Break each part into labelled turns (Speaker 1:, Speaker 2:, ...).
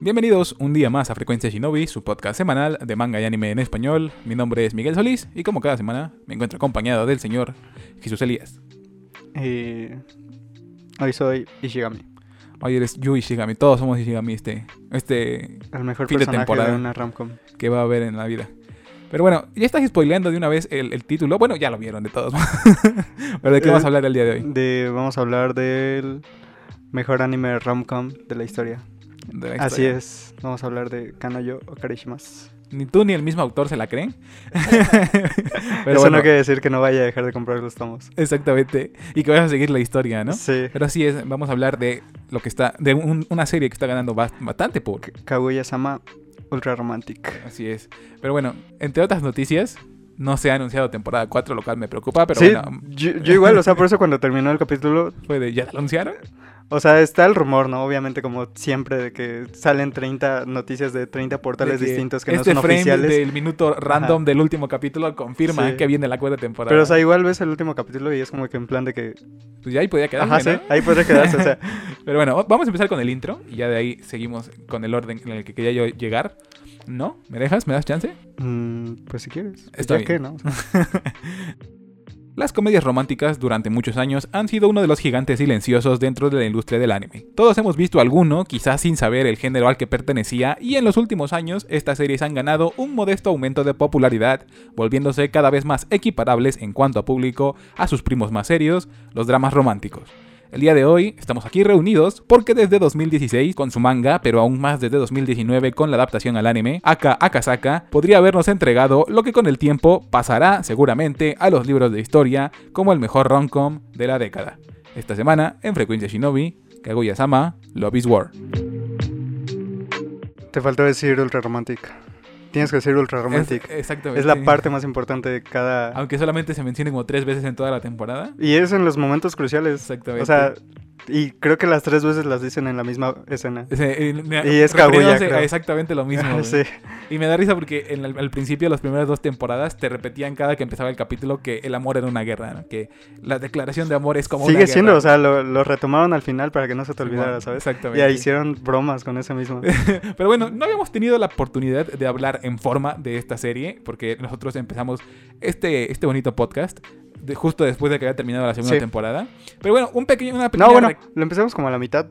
Speaker 1: Bienvenidos un día más a Frecuencia Shinobi, su podcast semanal de manga y anime en español. Mi nombre es Miguel Solís y como cada semana me encuentro acompañado del señor Jesús Elías.
Speaker 2: Eh, hoy soy Ishigami,
Speaker 1: Hoy eres Yu Ishigami, todos somos Ishigami este, este
Speaker 2: el mejor
Speaker 1: Fin de
Speaker 2: personaje de,
Speaker 1: temporada.
Speaker 2: una romcom.
Speaker 1: que va a haber en la vida. Pero bueno, ya estás spoileando de una vez el, el título. Bueno, ya lo vieron de todos. modos. Pero ¿de qué vas a hablar el día de hoy?
Speaker 2: De, vamos a hablar del mejor anime romcom de la historia.
Speaker 1: De la
Speaker 2: Así
Speaker 1: historia.
Speaker 2: es, vamos a hablar de Kanoyo Okarishimas.
Speaker 1: Ni tú ni el mismo autor se la creen. Pero
Speaker 2: Eso
Speaker 1: bueno,
Speaker 2: no quiere decir que no vaya a dejar de comprar los tomos.
Speaker 1: exactamente. Y que vas a seguir la historia, ¿no?
Speaker 2: Sí,
Speaker 1: Pero así es, vamos a hablar de lo que está, de un- una serie que está ganando bas- bastante por.
Speaker 2: Kaguya-sama Ultra Romantic.
Speaker 1: Así es. Pero bueno, entre otras noticias, no se ha anunciado temporada 4, lo cual me preocupa, pero
Speaker 2: sí,
Speaker 1: bueno,
Speaker 2: yo, yo igual, o sea, por eso cuando terminó el capítulo,
Speaker 1: fue de, ¿ya la anunciaron?
Speaker 2: o sea, está el rumor, ¿no? Obviamente, como siempre, de que salen 30 noticias de 30 portales
Speaker 1: De que
Speaker 2: distintos que
Speaker 1: este
Speaker 2: no son
Speaker 1: frame
Speaker 2: oficiales.
Speaker 1: del minuto random del último capítulo confirma
Speaker 2: Sí.
Speaker 1: que viene la cuarta temporada.
Speaker 2: Pero, o sea, igual ves el último capítulo y es como que en plan de que.
Speaker 1: Pues ya ahí podía quedar.
Speaker 2: Ajá, sí, ahí podría quedarse. O sea,
Speaker 1: Pero bueno, vamos a empezar con el intro y ya de ahí seguimos con el orden en el que quería yo llegar. ¿No? ¿Me dejas? ¿Me das chance?
Speaker 2: mm, pues si quieres.
Speaker 1: Está
Speaker 2: ¿Ya
Speaker 1: bien.
Speaker 2: qué, no? O sea,
Speaker 1: Las comedias románticas durante muchos años han sido uno de los gigantes silenciosos dentro de la industria del anime. Todos hemos visto alguno, quizás sin saber el género al que pertenecía, y en los últimos años estas series han ganado un modesto aumento de popularidad, volviéndose cada vez más equiparables en cuanto a público a sus primos más serios, los dramas románticos. El día de hoy estamos aquí reunidos porque desde 2016 con su manga, pero aún más desde 2019 con la adaptación al anime, Aka Akasaka podría habernos entregado lo que con el tiempo pasará seguramente a los libros de historia como el mejor rom-com de la década. Esta semana en Frecuencia Shinobi, Kaguya-sama, Love is War.
Speaker 2: Te faltó decir Ultra Romantic. Tienes que decir Ultra Romantic.
Speaker 1: Es-
Speaker 2: Es,
Speaker 1: exactamente.
Speaker 2: la parte más importante de cada.
Speaker 1: Aunque solamente se mencione como tres veces en toda la temporada.
Speaker 2: Y es en los momentos cruciales.
Speaker 1: Exactamente.
Speaker 2: O sea, y creo que las tres veces las dicen en la misma escena.
Speaker 1: Se-
Speaker 2: y es
Speaker 1: eh,
Speaker 2: Kaguya,
Speaker 1: refiriéndose a
Speaker 2: creo.
Speaker 1: Exactamente lo mismo. güey.
Speaker 2: sí,
Speaker 1: Y me da risa porque en el- al principio de las primeras dos temporadas te repetían cada que empezaba el capítulo que el amor era una guerra, ¿no? que la declaración de amor es como una
Speaker 2: sigue siendo,
Speaker 1: guerra.
Speaker 2: o sea, lo, lo retomaron al final para que no se te olvidara,
Speaker 1: Simón,
Speaker 2: ¿sabes? Y
Speaker 1: Exactamente.
Speaker 2: ahí hicieron bromas con ese mismo.
Speaker 1: Pero bueno, no habíamos tenido la oportunidad de hablar en forma de esta serie porque nosotros empezamos este, este bonito podcast de- justo después de que había terminado la segunda
Speaker 2: Sí.
Speaker 1: temporada. Pero bueno, un pequeño, una pequeña
Speaker 2: No, bueno,
Speaker 1: rec-
Speaker 2: lo empezamos como a la mitad,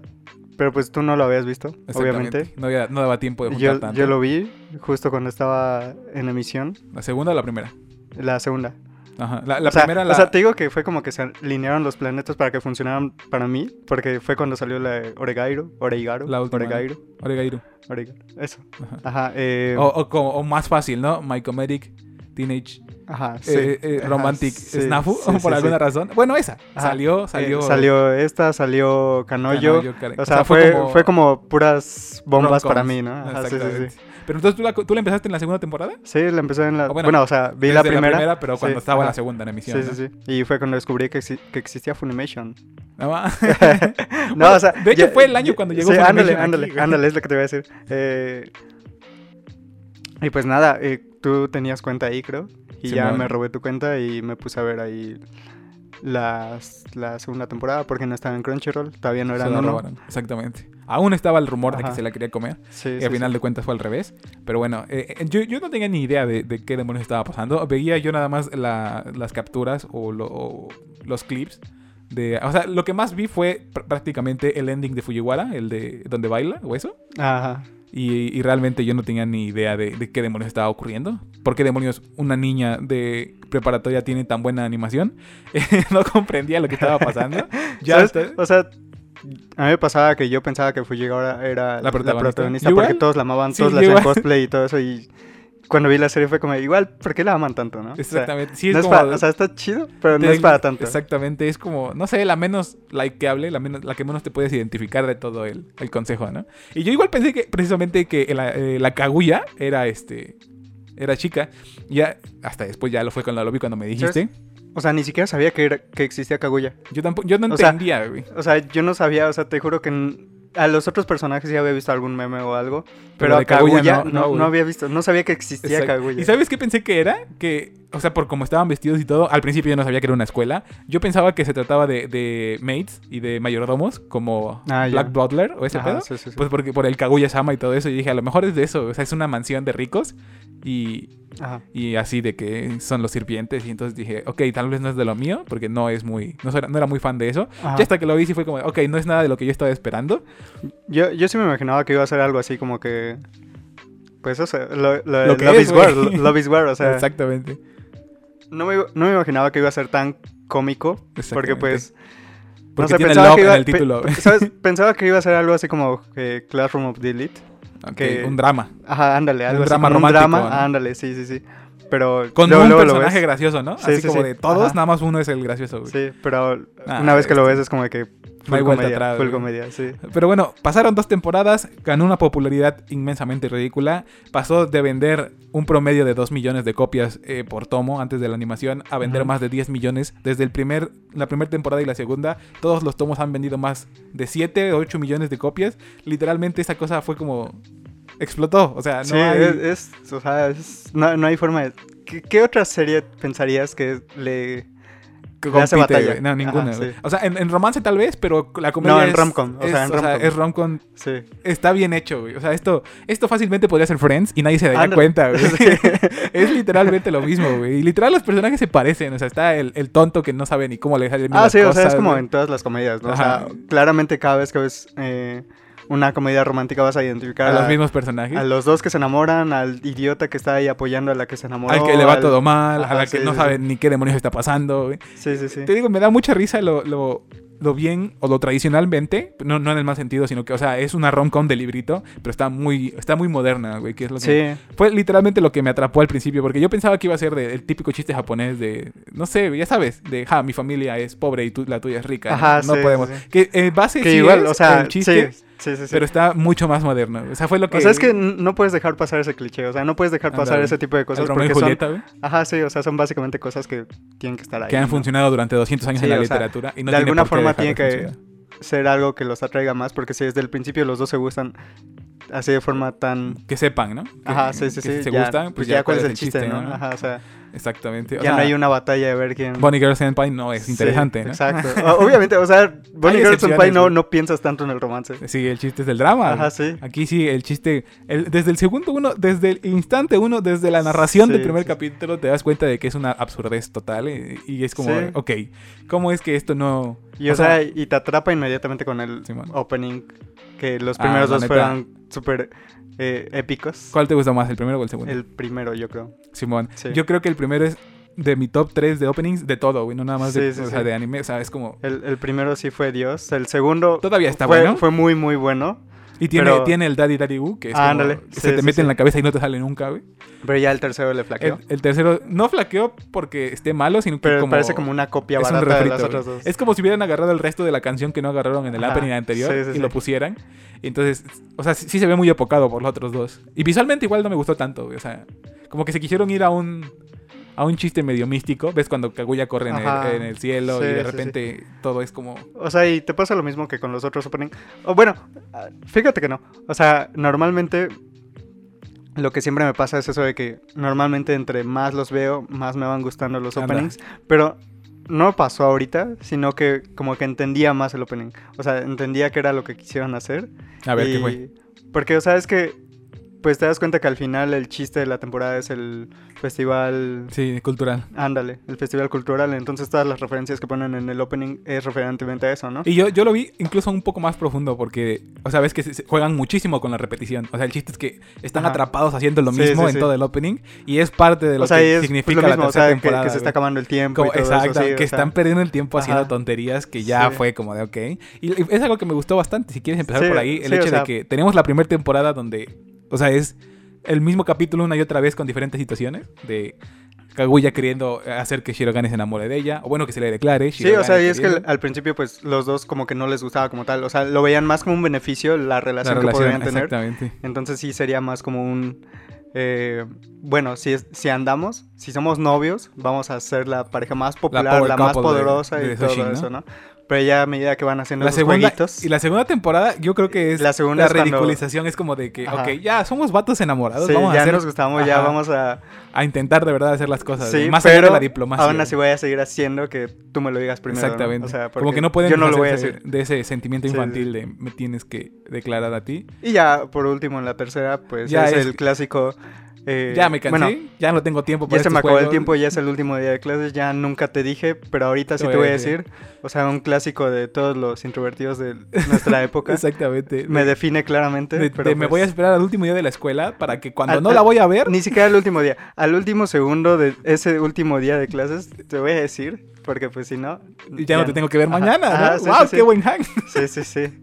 Speaker 2: pero pues tú no lo habías visto,
Speaker 1: Exactamente.
Speaker 2: obviamente.
Speaker 1: No, había- no daba tiempo de juntar
Speaker 2: Yo,
Speaker 1: tanto.
Speaker 2: yo lo vi justo cuando estaba en emisión,
Speaker 1: ¿La segunda o la primera?
Speaker 2: la segunda.
Speaker 1: Ajá. La, la
Speaker 2: o sea,
Speaker 1: primera,
Speaker 2: o
Speaker 1: la-
Speaker 2: sea, te digo que fue como que se alinearon los planetas para que funcionaran para mí, porque fue cuando salió la de Oregairo, Oregairo,
Speaker 1: La última, ¿no?
Speaker 2: Oregairo,
Speaker 1: Oregairu.
Speaker 2: Oregairo, eso.
Speaker 1: Ajá. Oh,
Speaker 2: Ajá, eh,
Speaker 1: O, o como- o más fácil, ¿no? My Comedic Teenage
Speaker 2: ajá, sí,
Speaker 1: eh, eh,
Speaker 2: ajá,
Speaker 1: Romantic
Speaker 2: sí,
Speaker 1: Snafu,
Speaker 2: sí,
Speaker 1: por
Speaker 2: sí,
Speaker 1: alguna
Speaker 2: sí.
Speaker 1: razón. Bueno, esa.
Speaker 2: Ajá.
Speaker 1: Salió,
Speaker 2: Eh,
Speaker 1: salió. Ah,
Speaker 2: salió esta, salió Canoyo.
Speaker 1: Canoyo, Karen.
Speaker 2: O sea, fue, fue como... puras
Speaker 1: rom-coms.
Speaker 2: bombas para mí, ¿no? Ajá, sí, sí,
Speaker 1: Exactamente.
Speaker 2: sí.
Speaker 1: Pero entonces tú la, tú la empezaste en la segunda temporada.
Speaker 2: Sí, la empecé en la...
Speaker 1: O bueno,
Speaker 2: bueno, o sea, vi la
Speaker 1: Desde
Speaker 2: primera.
Speaker 1: pero cuando
Speaker 2: sí,
Speaker 1: estaba la
Speaker 2: ajá.
Speaker 1: segunda en emisión.
Speaker 2: Sí, sí, sí. Y fue cuando descubrí que, exi- que existía Funimation.
Speaker 1: ¿no? Nada más.
Speaker 2: No,
Speaker 1: Bueno,
Speaker 2: o sea.
Speaker 1: de hecho, fue el año cuando llegó
Speaker 2: sí,
Speaker 1: Funimation
Speaker 2: Ándale,
Speaker 1: aquí,
Speaker 2: ándale,
Speaker 1: güey.
Speaker 2: ándale, es lo que te iba a decir. Eh, y pues nada, eh, tú tenías cuenta ahí, creo. Y ya
Speaker 1: Simón.
Speaker 2: me robé tu cuenta y me puse a ver ahí las, la segunda temporada porque no estaba en Crunchyroll. Todavía no
Speaker 1: Se
Speaker 2: era
Speaker 1: la
Speaker 2: uno.
Speaker 1: robaron. Exactamente. Aún estaba el rumor de que
Speaker 2: Ajá.
Speaker 1: se la quería comer.
Speaker 2: Sí,
Speaker 1: Y
Speaker 2: sí,
Speaker 1: al final
Speaker 2: sí.
Speaker 1: de cuentas fue al revés. Pero bueno, eh, eh, yo, yo no tenía ni idea de, de qué demonios estaba pasando. Veía yo nada más la- las capturas o, lo- o los clips. De, o sea, lo que más vi fue pr- prácticamente el ending de Fujiwara, el de donde baila o eso.
Speaker 2: Ajá.
Speaker 1: Y, y realmente yo no tenía ni idea de, de qué demonios estaba ocurriendo. ¿Por qué demonios una niña de preparatoria tiene tan buena animación? no comprendía lo que estaba pasando. ya
Speaker 2: ¿Sabes?
Speaker 1: hasta-
Speaker 2: O sea, a mí me pasaba que yo pensaba que Fujiwara era la
Speaker 1: protagonista.
Speaker 2: protagonista,
Speaker 1: Igual.
Speaker 2: porque todos la amaban,
Speaker 1: Sí,
Speaker 2: todos la hacían
Speaker 1: igual.
Speaker 2: cosplay y todo eso. Y cuando vi la serie fue como, igual, ¿por qué la aman tanto, no? O sea,
Speaker 1: Exactamente. Sí, es
Speaker 2: no es
Speaker 1: como-
Speaker 2: para- o sea, está chido, pero no
Speaker 1: Te-
Speaker 2: es para tanto.
Speaker 1: Exactamente, es como, no sé, la menos likeable, la, menos, la que menos te puedes identificar de todo el, el consejo, ¿no? Y yo igual pensé que precisamente que la, eh, la Kaguya era este. Era chica. Y Ya, hasta después ya lo fue con la lobby cuando me dijiste.
Speaker 2: O sea, ni siquiera sabía que, era- que existía Kaguya.
Speaker 1: Yo tampoco, yo no
Speaker 2: O sea,
Speaker 1: entendía, güey.
Speaker 2: O sea, yo no sabía, o sea, te juro que n- a los otros personajes ya había visto algún meme o algo, pero,
Speaker 1: de
Speaker 2: a Kaguya,
Speaker 1: Kaguya no,
Speaker 2: no,
Speaker 1: no,
Speaker 2: no
Speaker 1: güey.
Speaker 2: había visto, no sabía que existía
Speaker 1: Exacto.
Speaker 2: Kaguya.
Speaker 1: ¿Y sabes qué pensé que era? Que o sea, por cómo estaban vestidos y todo, al principio yo no sabía que era una escuela. Yo pensaba que se trataba de, de maids y de mayordomos, como
Speaker 2: Ah, ya.
Speaker 1: Black Butler o ese
Speaker 2: Ajá,
Speaker 1: pedo.
Speaker 2: sí, sí, sí.
Speaker 1: Pues porque por el Kaguya Sama y todo eso, yo dije, a lo mejor es de eso. O sea, es una mansión de ricos y,
Speaker 2: Ajá.
Speaker 1: y así de que son los sirvientes. Y entonces dije, ok, tal vez no es de lo mío, porque no es muy. No, era, no era muy fan de eso.
Speaker 2: Ajá.
Speaker 1: Ya hasta que lo vi, sí fue como, ok, no es nada de lo que yo estaba esperando.
Speaker 2: Yo, yo sí me imaginaba que iba a ser algo así como que. Pues eso, lo, lo-
Speaker 1: Lo que
Speaker 2: Love
Speaker 1: es,
Speaker 2: is War,
Speaker 1: güey.
Speaker 2: lo- Love is War, o sea.
Speaker 1: Exactamente.
Speaker 2: No me, no me imaginaba que iba a ser tan cómico, porque
Speaker 1: Exactamente.
Speaker 2: pues. no
Speaker 1: Porque
Speaker 2: sé,
Speaker 1: tiene
Speaker 2: pensaba
Speaker 1: love
Speaker 2: que
Speaker 1: en
Speaker 2: iba-
Speaker 1: el
Speaker 2: pe-
Speaker 1: título.
Speaker 2: pe- ¿sabes? Pensaba que iba a ser algo así como eh, Classroom of Delete.
Speaker 1: Ok,
Speaker 2: que-
Speaker 1: Un drama.
Speaker 2: Ajá, ándale, algo
Speaker 1: Un
Speaker 2: así
Speaker 1: drama
Speaker 2: como un
Speaker 1: romántico,
Speaker 2: drama.
Speaker 1: ¿no?
Speaker 2: ándale, sí, sí, sí. Pero
Speaker 1: Con
Speaker 2: luego-
Speaker 1: un
Speaker 2: luego lo
Speaker 1: personaje
Speaker 2: ves.
Speaker 1: gracioso, ¿no?
Speaker 2: Sí,
Speaker 1: Así
Speaker 2: sí,
Speaker 1: como
Speaker 2: sí.
Speaker 1: de todos,
Speaker 2: Ajá.
Speaker 1: nada más uno es el gracioso, güey.
Speaker 2: Sí, pero
Speaker 1: Ah,
Speaker 2: una vez que lo
Speaker 1: este.
Speaker 2: ves es como de que
Speaker 1: No hay
Speaker 2: full
Speaker 1: vuelta
Speaker 2: comedia,
Speaker 1: atrás,
Speaker 2: full
Speaker 1: güey.
Speaker 2: comedia, sí.
Speaker 1: Pero bueno, pasaron dos temporadas, ganó una popularidad inmensamente ridícula, pasó de vender un promedio de 2 millones de copias eh, por tomo antes de la animación a vender
Speaker 2: Ajá.
Speaker 1: más de 10 millones. Desde el primer, la primera temporada y la segunda, todos los tomos han vendido más de 7 o 8 millones de copias. Literalmente esa cosa fue como... explotó, o sea, Ah, no
Speaker 2: sí,
Speaker 1: hay-
Speaker 2: es, es- o sea, es- no, no hay forma de... ¿Qué, qué otra serie pensarías que le...
Speaker 1: que
Speaker 2: Le hace
Speaker 1: compite,
Speaker 2: batalla.
Speaker 1: güey. No, ninguna.
Speaker 2: Ajá,
Speaker 1: güey.
Speaker 2: sí.
Speaker 1: O sea, en, en romance tal vez, pero la comedia.
Speaker 2: en
Speaker 1: es-
Speaker 2: rom-com, o
Speaker 1: es-
Speaker 2: sea, en rom-com.
Speaker 1: es rom-com.
Speaker 2: Sí.
Speaker 1: Está bien hecho, güey. O sea, esto, esto fácilmente podría ser Friends y nadie se daría
Speaker 2: Ándale.
Speaker 1: cuenta, güey.
Speaker 2: Sí.
Speaker 1: es literalmente lo mismo, güey. Y literal los personajes se parecen. O sea, está el, el tonto que no sabe ni cómo le salen bien
Speaker 2: Ah,
Speaker 1: las
Speaker 2: sí, o sea, es
Speaker 1: cosas,
Speaker 2: como
Speaker 1: güey.
Speaker 2: en todas las comedias, ¿no?
Speaker 1: Ajá.
Speaker 2: O sea, claramente cada vez que ves eh, una comedia romántica vas a identificar
Speaker 1: A los mismos personajes.
Speaker 2: a los dos que se enamoran, al idiota que está ahí apoyando a la que se enamoró.
Speaker 1: al que le va
Speaker 2: al-
Speaker 1: todo mal, a
Speaker 2: Ajá,
Speaker 1: la que
Speaker 2: sí,
Speaker 1: no
Speaker 2: sí,
Speaker 1: sabe
Speaker 2: sí.
Speaker 1: ni qué demonios está pasando, güey.
Speaker 2: Sí, sí, sí.
Speaker 1: Te digo, me da mucha risa lo, lo, lo bien o lo tradicionalmente, no, no en el mal sentido, sino que, o sea, es una rom-com de librito, pero está muy, está muy moderna, güey, que es lo que...
Speaker 2: Sí,
Speaker 1: Fue literalmente lo que me atrapó al principio, porque yo pensaba que iba a ser de- el típico chiste japonés de, no sé, ya sabes, de, ja, mi familia es pobre y tú, la tuya es rica,
Speaker 2: Ajá,
Speaker 1: no, No
Speaker 2: sí,
Speaker 1: podemos.
Speaker 2: sí, sí.
Speaker 1: Que en base
Speaker 2: que
Speaker 1: sí
Speaker 2: igual,
Speaker 1: es
Speaker 2: o sea,
Speaker 1: el chiste,
Speaker 2: sí, sí, sí, sí.
Speaker 1: pero está mucho más moderno. O sea, fue lo que...
Speaker 2: o sea, es que n- no puedes dejar pasar ese cliché, o sea, no puedes dejar pasar
Speaker 1: Ándale.
Speaker 2: ese tipo de
Speaker 1: el
Speaker 2: cosas
Speaker 1: Romeo y
Speaker 2: porque son...
Speaker 1: Julieta, güey,
Speaker 2: Ajá, sí, o sea, son básicamente cosas que tienen que estar ahí.
Speaker 1: que han
Speaker 2: ¿no?
Speaker 1: funcionado durante 200 años
Speaker 2: Sí,
Speaker 1: en la
Speaker 2: o sea,
Speaker 1: literatura y no tiene
Speaker 2: de alguna
Speaker 1: por qué
Speaker 2: forma
Speaker 1: dejar de
Speaker 2: tiene que-
Speaker 1: funcionar.
Speaker 2: Ser algo que los atraiga más, porque si desde el principio los dos se gustan así de forma tan...
Speaker 1: que sepan, ¿no? Que-
Speaker 2: Ajá, sí, sí, sí.
Speaker 1: que se
Speaker 2: ya,
Speaker 1: gustan,
Speaker 2: pues ya cuál es el chiste, ¿no?
Speaker 1: ¿no?
Speaker 2: Ajá, o sea,
Speaker 1: Exactamente. O sea,
Speaker 2: ya no hay una batalla de ver quién...
Speaker 1: Bonnie Girl Senpai no es
Speaker 2: Sí,
Speaker 1: interesante, ¿no?
Speaker 2: Exacto. O- obviamente, o sea, Bonnie Girls and
Speaker 1: excepciones,
Speaker 2: Pie no,
Speaker 1: güey.
Speaker 2: no piensas tanto en el romance.
Speaker 1: Sí, el chiste es del drama.
Speaker 2: Ajá,
Speaker 1: güey.
Speaker 2: sí.
Speaker 1: Aquí sí, el chiste, el- desde el segundo uno, desde el instante uno, desde la narración
Speaker 2: Sí,
Speaker 1: del primer
Speaker 2: sí.
Speaker 1: capítulo, te das cuenta de que es una absurdez total eh, y, es como,
Speaker 2: Sí.
Speaker 1: ok, ¿cómo es que esto no...
Speaker 2: Y o, sea, y te atrapa inmediatamente con el
Speaker 1: Simón.
Speaker 2: opening, que los
Speaker 1: Ah,
Speaker 2: primeros
Speaker 1: la
Speaker 2: dos
Speaker 1: neta.
Speaker 2: fueron súper eh, épicos.
Speaker 1: ¿cuál te gusta más, el primero o el segundo?
Speaker 2: El primero, yo creo.
Speaker 1: Simón,
Speaker 2: sí.
Speaker 1: yo creo que el primero es de mi top 3 de openings de todo, güey, no nada más de,
Speaker 2: Sí, sí,
Speaker 1: o sea,
Speaker 2: sí.
Speaker 1: de anime, o sea, es como...
Speaker 2: El, el primero sí fue Dios. El segundo
Speaker 1: Todavía está
Speaker 2: fue,
Speaker 1: bueno.
Speaker 2: fue muy, muy bueno.
Speaker 1: Y tiene,
Speaker 2: pero-
Speaker 1: tiene el Daddy Daddy Woo, que es
Speaker 2: Ah,
Speaker 1: como-
Speaker 2: ándale.
Speaker 1: que
Speaker 2: Sí,
Speaker 1: se te
Speaker 2: sí,
Speaker 1: mete en
Speaker 2: sí.
Speaker 1: la cabeza y no te sale nunca, güey.
Speaker 2: Pero ya el tercero le
Speaker 1: El,
Speaker 2: flaqueó.
Speaker 1: el tercero no flaqueó porque esté malo, sino que
Speaker 2: Pero
Speaker 1: como...
Speaker 2: parece como una copia
Speaker 1: es un
Speaker 2: barata de
Speaker 1: refrito,
Speaker 2: las
Speaker 1: güey.
Speaker 2: otras dos.
Speaker 1: Es como si hubieran agarrado el resto de la canción que no agarraron en el
Speaker 2: Ajá,
Speaker 1: opening anterior
Speaker 2: sí, sí,
Speaker 1: y
Speaker 2: sí.
Speaker 1: lo pusieran. Entonces, o sea, sí, sí se ve muy apocado por los otros dos. Y visualmente igual no me gustó tanto, güey, O sea, como que se quisieron ir a un a un chiste medio místico. ¿Ves cuando Kaguya corre en,
Speaker 2: Ajá,
Speaker 1: el, en el cielo
Speaker 2: sí,
Speaker 1: y
Speaker 2: sí,
Speaker 1: de
Speaker 2: sí.
Speaker 1: repente todo es como
Speaker 2: O sea, y te pasa lo mismo que con los otros opening. O bueno, ah, fíjate que no. O sea, normalmente lo que siempre me pasa es eso de que normalmente entre más los veo, más me van gustando los
Speaker 1: Anda.
Speaker 2: openings. Pero no pasó ahorita, sino que como que entendía más el opening. O sea, entendía que era lo que quisieron hacer.
Speaker 1: a ver qué
Speaker 2: Y-
Speaker 1: fue.
Speaker 2: Porque, o sea, es que pues te das cuenta que al final el chiste de la temporada es el festival
Speaker 1: Sí, cultural.
Speaker 2: Ándale, el Festival Cultural, entonces todas las referencias que ponen en el opening es referentemente a eso, ¿no?
Speaker 1: Y yo, yo lo vi incluso un poco más profundo porque, o sea, ves que se- se juegan muchísimo con la repetición. O sea, el chiste es que están
Speaker 2: Ajá.
Speaker 1: atrapados haciendo lo
Speaker 2: Sí,
Speaker 1: mismo
Speaker 2: sí,
Speaker 1: en
Speaker 2: sí.
Speaker 1: todo el opening y es parte de lo
Speaker 2: o sea,
Speaker 1: que
Speaker 2: es pues,
Speaker 1: significa
Speaker 2: lo mismo,
Speaker 1: la
Speaker 2: o sea,
Speaker 1: tercera
Speaker 2: que-
Speaker 1: temporada.
Speaker 2: que, se
Speaker 1: güey.
Speaker 2: está acabando el tiempo
Speaker 1: Como-
Speaker 2: y todo
Speaker 1: exacto,
Speaker 2: eso, sí,
Speaker 1: que
Speaker 2: o sea,
Speaker 1: están perdiendo el tiempo haciendo
Speaker 2: ajá.
Speaker 1: tonterías que ya
Speaker 2: Sí.
Speaker 1: fue como de ok. Y es algo que me gustó bastante, si quieres empezar
Speaker 2: Sí,
Speaker 1: por ahí, el
Speaker 2: sí, o
Speaker 1: hecho de
Speaker 2: sea-
Speaker 1: que tenemos la primera temporada donde, o sea, es el mismo capítulo una y otra vez con diferentes situaciones de Kaguya queriendo hacer que Shirogane se enamore de ella, o bueno, que se le declare.
Speaker 2: Sí, o sea,
Speaker 1: Shirogane
Speaker 2: y es que al-
Speaker 1: queriendo.
Speaker 2: al principio pues los dos como que no les gustaba como tal, o sea, lo veían más como un beneficio la
Speaker 1: la
Speaker 2: relación que
Speaker 1: relación,
Speaker 2: podrían tener,
Speaker 1: exactamente.
Speaker 2: entonces sí sería más como un, eh, bueno, si, es- si andamos, si somos novios, vamos a ser la pareja más popular,
Speaker 1: power
Speaker 2: la, más
Speaker 1: couple de-
Speaker 2: poderosa y
Speaker 1: de
Speaker 2: todo
Speaker 1: Sushin, ¿no?
Speaker 2: eso, ¿no? Pero ya a medida que van haciendo
Speaker 1: La
Speaker 2: los
Speaker 1: segunda,
Speaker 2: jueguitos.
Speaker 1: y la segunda temporada yo creo que es
Speaker 2: La segunda es cuando-
Speaker 1: ridiculización. Es como de que,
Speaker 2: Ajá.
Speaker 1: ok, ya somos vatos enamorados,
Speaker 2: sí,
Speaker 1: vamos a,
Speaker 2: ya
Speaker 1: hacer-
Speaker 2: nos gustamos, ya
Speaker 1: Ajá.
Speaker 2: vamos a.
Speaker 1: a intentar de verdad hacer las cosas.
Speaker 2: Sí,
Speaker 1: más allá
Speaker 2: pero
Speaker 1: de la diplomacia.
Speaker 2: Aún así voy a seguir haciendo que tú me lo digas primero. ¿no?
Speaker 1: Exactamente.
Speaker 2: O sea,
Speaker 1: como
Speaker 2: porque
Speaker 1: que no pueden
Speaker 2: Yo no lo voy a
Speaker 1: deshacerse
Speaker 2: decir.
Speaker 1: de ese sentimiento
Speaker 2: Sí, sí,
Speaker 1: infantil de me tienes que declarar a ti.
Speaker 2: Y ya, por último, en la tercera, pues
Speaker 1: Ya
Speaker 2: es,
Speaker 1: es-
Speaker 2: el clásico. eh,
Speaker 1: ya me cansé, este
Speaker 2: Bueno,
Speaker 1: ya no tengo tiempo para
Speaker 2: ya se me
Speaker 1: estos
Speaker 2: acabó el
Speaker 1: juegos.
Speaker 2: tiempo, ya es el último día de clases, ya nunca te dije, pero ahorita sí te voy a decir. O sea, un clásico de todos los introvertidos de nuestra época.
Speaker 1: Exactamente.
Speaker 2: Me
Speaker 1: De-
Speaker 2: define claramente.
Speaker 1: de-
Speaker 2: pero
Speaker 1: de me
Speaker 2: pues-
Speaker 1: voy a esperar al último día de la escuela para que cuando
Speaker 2: Al-
Speaker 1: no
Speaker 2: al-
Speaker 1: la voy a ver,
Speaker 2: Ni siquiera el último día. Al último segundo de ese último día de clases, te voy a decir, porque pues si no.
Speaker 1: ya no te tengo que ver
Speaker 2: Ajá.
Speaker 1: mañana.
Speaker 2: Ajá,
Speaker 1: ¿no?
Speaker 2: sí,
Speaker 1: ¡Wow!
Speaker 2: sí,
Speaker 1: ¡Qué
Speaker 2: sí.
Speaker 1: buen hack!
Speaker 2: Sí, sí, sí.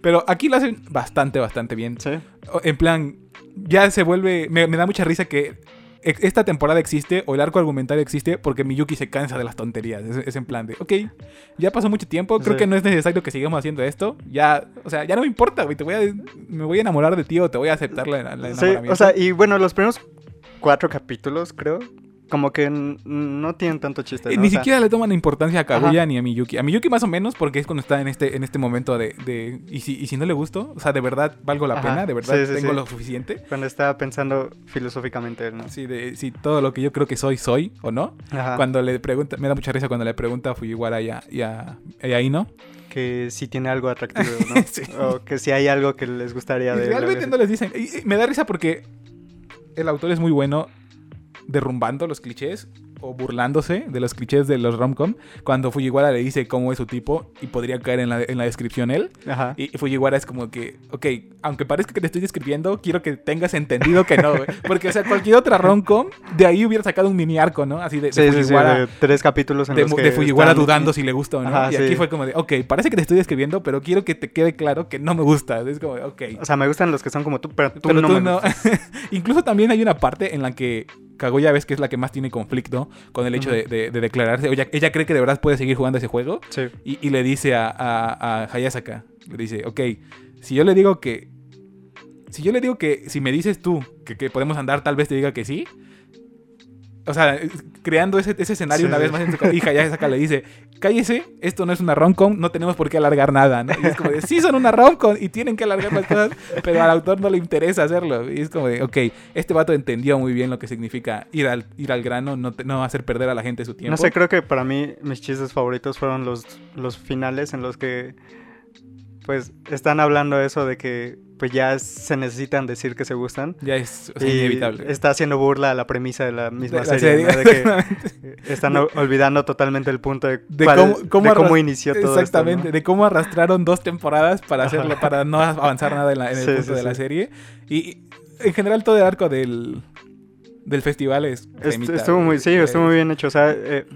Speaker 1: Pero aquí lo hacen bastante, bastante bien.
Speaker 2: sí.
Speaker 1: O- En plan, ya se vuelve. Me, me da mucha risa que ex- esta temporada existe o el arco argumental existe porque Miyuki se cansa de las tonterías. Es, es en plan de, ok, ya pasó mucho tiempo, creo
Speaker 2: Sí.
Speaker 1: que no es necesario que sigamos haciendo esto. Ya, o sea, ya no me importa, güey. Te voy a, me voy a enamorar de ti o te voy a aceptar la, la- la
Speaker 2: Sí,
Speaker 1: enamoramiento.
Speaker 2: o sea, y bueno, los primeros cuatro capítulos, creo, como que n- no tienen tanto chiste.
Speaker 1: Eh,
Speaker 2: ¿no?
Speaker 1: Ni
Speaker 2: O sea,
Speaker 1: siquiera le toman importancia a Kaguya
Speaker 2: Ajá.
Speaker 1: ni a Miyuki. A Miyuki más o menos porque es cuando está en este, en este momento de... de, ¿y, si, y si no le gusto? O sea, ¿de verdad valgo la
Speaker 2: Ajá.
Speaker 1: pena? ¿De verdad
Speaker 2: Sí, sí,
Speaker 1: tengo
Speaker 2: sí.
Speaker 1: lo suficiente?
Speaker 2: Cuando estaba pensando filosóficamente, ¿no?
Speaker 1: Sí, de, si todo lo que yo creo que soy, soy o no.
Speaker 2: Ajá.
Speaker 1: Cuando le pregunta, me da mucha risa cuando le pregunta a Fujiwara y a, y a, y a Ino.
Speaker 2: Que si tiene algo atractivo, ¿no?
Speaker 1: Sí.
Speaker 2: O que si hay algo que les
Speaker 1: Y
Speaker 2: gustaría de él,
Speaker 1: realmente
Speaker 2: algo
Speaker 1: no les dicen. Y- y me da risa porque el autor es muy bueno derrumbando los clichés o burlándose de los clichés de los romcom. Cuando Fujiwara le dice cómo es su tipo y podría caer en la, en la descripción él.
Speaker 2: así. Ajá.
Speaker 1: Y Fujiwara es como que, ok, aunque parezca que te estoy describiendo, quiero que tengas entendido que no, güey. Porque, o sea, cualquier otra romcom, de ahí hubiera sacado un mini arco, ¿no? Así de, de
Speaker 2: Sí, sí, sí,
Speaker 1: Fujiwara.
Speaker 2: de tres capítulos en
Speaker 1: de,
Speaker 2: los
Speaker 1: mu-
Speaker 2: que
Speaker 1: de Fujiwara
Speaker 2: están-
Speaker 1: dudando si le gusta o no.
Speaker 2: Ajá,
Speaker 1: y aquí
Speaker 2: sí.
Speaker 1: fue como de, ok, parece que te estoy describiendo, pero quiero que te quede claro que no me gusta. Es como, ok.
Speaker 2: O sea, me gustan los que son como tú, pero tú
Speaker 1: pero
Speaker 2: no
Speaker 1: tú
Speaker 2: me
Speaker 1: no.
Speaker 2: gustas.
Speaker 1: Incluso también hay una parte en la que Kaguya ves que es la que más tiene conflicto con el hecho
Speaker 2: Ujú.
Speaker 1: de, de- de declararse. Ella, ella cree que de verdad puede seguir jugando ese juego
Speaker 2: Sí.
Speaker 1: y, y le dice a, a- a Hayasaka, le dice, ok, si yo le digo que... Si yo le digo que si me dices tú que, que podemos andar, tal vez te diga que sí. O sea, es- creando ese, ese escenario
Speaker 2: Sí,
Speaker 1: una
Speaker 2: sí.
Speaker 1: vez más en tu ca- y Hayasaka le dice, cállese, esto no es una rom-com, no tenemos por qué alargar nada. ¿no? Y es como de, sí son una rom-com y tienen que alargar las cosas, pero al autor no le interesa hacerlo. Y es como de, ok, este vato entendió muy bien lo que significa ir al, ir al grano, no, te- no hacer perder a la gente su tiempo.
Speaker 2: No sé, creo que para mí mis chistes favoritos fueron los, los finales en los que pues están hablando eso de que pues ya se necesitan decir que se gustan.
Speaker 1: Ya es, o sea,
Speaker 2: y
Speaker 1: inevitable.
Speaker 2: está haciendo burla a la premisa de la misma
Speaker 1: La
Speaker 2: serie,
Speaker 1: serie,
Speaker 2: ¿no? de que están o- olvidando totalmente el punto de,
Speaker 1: De
Speaker 2: cuál-
Speaker 1: cómo- cómo
Speaker 2: de cómo
Speaker 1: arras-
Speaker 2: inició todo
Speaker 1: Exactamente,
Speaker 2: esto.
Speaker 1: de cómo arrastraron dos temporadas para hacerlo,
Speaker 2: Ajá.
Speaker 1: para no avanzar nada en, la- en el
Speaker 2: Sí,
Speaker 1: punto
Speaker 2: sí,
Speaker 1: de la
Speaker 2: sí.
Speaker 1: serie. Y y, en general todo el arco del, del festival es
Speaker 2: ¿no? Est-
Speaker 1: cremita, eh,
Speaker 2: estuvo muy,
Speaker 1: güey.
Speaker 2: sí, estuvo muy bien hecho. O sea, eh,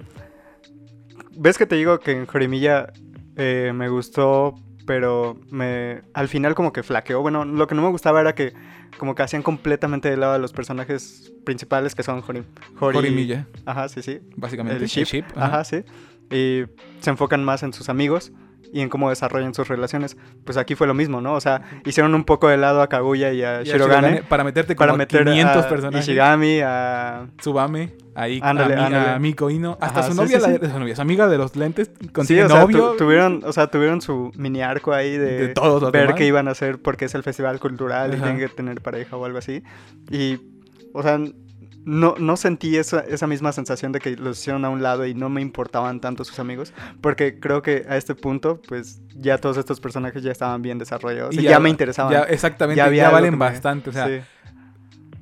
Speaker 2: ves que te digo que en Jeremilla eh, me gustó, pero me al final como que flaqueó. Bueno, lo que no me gustaba era que como que hacían completamente de lado a los personajes principales que son Jorim. Jori-
Speaker 1: Jorimilla,
Speaker 2: Ajá, sí, sí.
Speaker 1: básicamente.
Speaker 2: El ship.
Speaker 1: ajá.
Speaker 2: Ajá, sí. Y se enfocan más en sus amigos y en cómo desarrollan sus relaciones. Pues aquí fue lo mismo, ¿no? O sea, hicieron un poco de lado a Kaguya y
Speaker 1: Y a
Speaker 2: a Shirogane.
Speaker 1: para meterte como
Speaker 2: Para meter
Speaker 1: 500
Speaker 2: a
Speaker 1: personajes.
Speaker 2: Ishigami, a...
Speaker 1: Tsubame, ahí
Speaker 2: Ándale,
Speaker 1: a, mi-
Speaker 2: ándale.
Speaker 1: a Miko Ino, hasta
Speaker 2: Ajá,
Speaker 1: su
Speaker 2: sí,
Speaker 1: novia,
Speaker 2: sí,
Speaker 1: la-
Speaker 2: sí.
Speaker 1: su novia, su amiga de los lentes,
Speaker 2: Sí,
Speaker 1: consigue
Speaker 2: o sea, tu-
Speaker 1: novio.
Speaker 2: tuvieron, o sea, tuvieron su mini arco ahí de,
Speaker 1: De todos los
Speaker 2: ver
Speaker 1: demás.
Speaker 2: qué iban a hacer porque es el festival cultural y
Speaker 1: Ajá.
Speaker 2: tienen que tener pareja o algo así. Y, o sea, no, no sentí esa, esa misma sensación de que los hicieron a un lado y no me importaban tanto sus amigos porque creo que a este punto, pues, ya todos estos personajes ya estaban bien desarrollados y, ya, me interesaban.
Speaker 1: Ya, exactamente,
Speaker 2: Ya
Speaker 1: ya,
Speaker 2: había algo
Speaker 1: valen
Speaker 2: que me-
Speaker 1: bastante. O sea,
Speaker 2: Sí.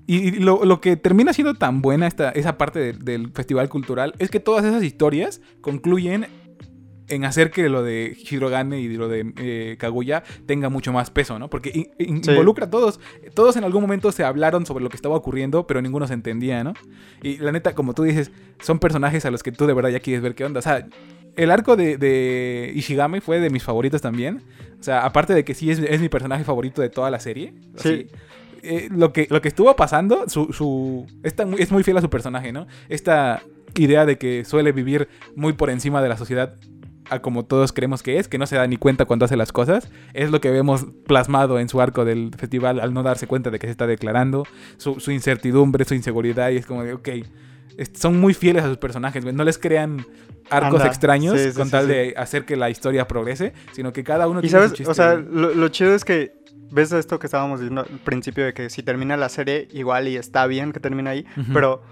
Speaker 1: Y, y lo, lo que termina siendo tan buena esta, esa parte de- del festival cultural es que todas esas historias concluyen en hacer que lo de Hirogane y lo de eh, Kaguya tenga mucho más peso, ¿no? Porque in- in-
Speaker 2: Sí.
Speaker 1: involucra a todos. Todos en algún momento se hablaron sobre lo que estaba ocurriendo, pero ninguno se entendía, ¿no? Y la neta, como tú dices, son personajes a los que tú de verdad ya quieres ver qué onda. O sea, el arco de, de Ishigami fue de mis favoritos también. O sea, aparte de que sí es, es mi personaje favorito de toda la serie. así, eh, lo, que, lo que estuvo pasando, su, su, es, tan- es muy fiel a su personaje, ¿no? Esta idea de que suele vivir muy por encima de la sociedad a como todos creemos que es, que no se da ni cuenta cuando hace las cosas, es lo que vemos plasmado en su arco del festival al no darse cuenta de que se está declarando, su, su incertidumbre, su inseguridad, y es como de, ok, es- son muy fieles a sus personajes, güey. No les crean arcos
Speaker 2: Anda,
Speaker 1: extraños
Speaker 2: sí, sí,
Speaker 1: con
Speaker 2: sí,
Speaker 1: tal
Speaker 2: sí.
Speaker 1: de hacer que la historia progrese, sino que cada uno
Speaker 2: Y
Speaker 1: tiene su
Speaker 2: sabes,
Speaker 1: chiste,
Speaker 2: o sea,
Speaker 1: güey.
Speaker 2: lo, lo chido es que ves esto que estábamos diciendo al principio de que si termina la serie igual y está bien que termine ahí,
Speaker 1: Ujú.
Speaker 2: pero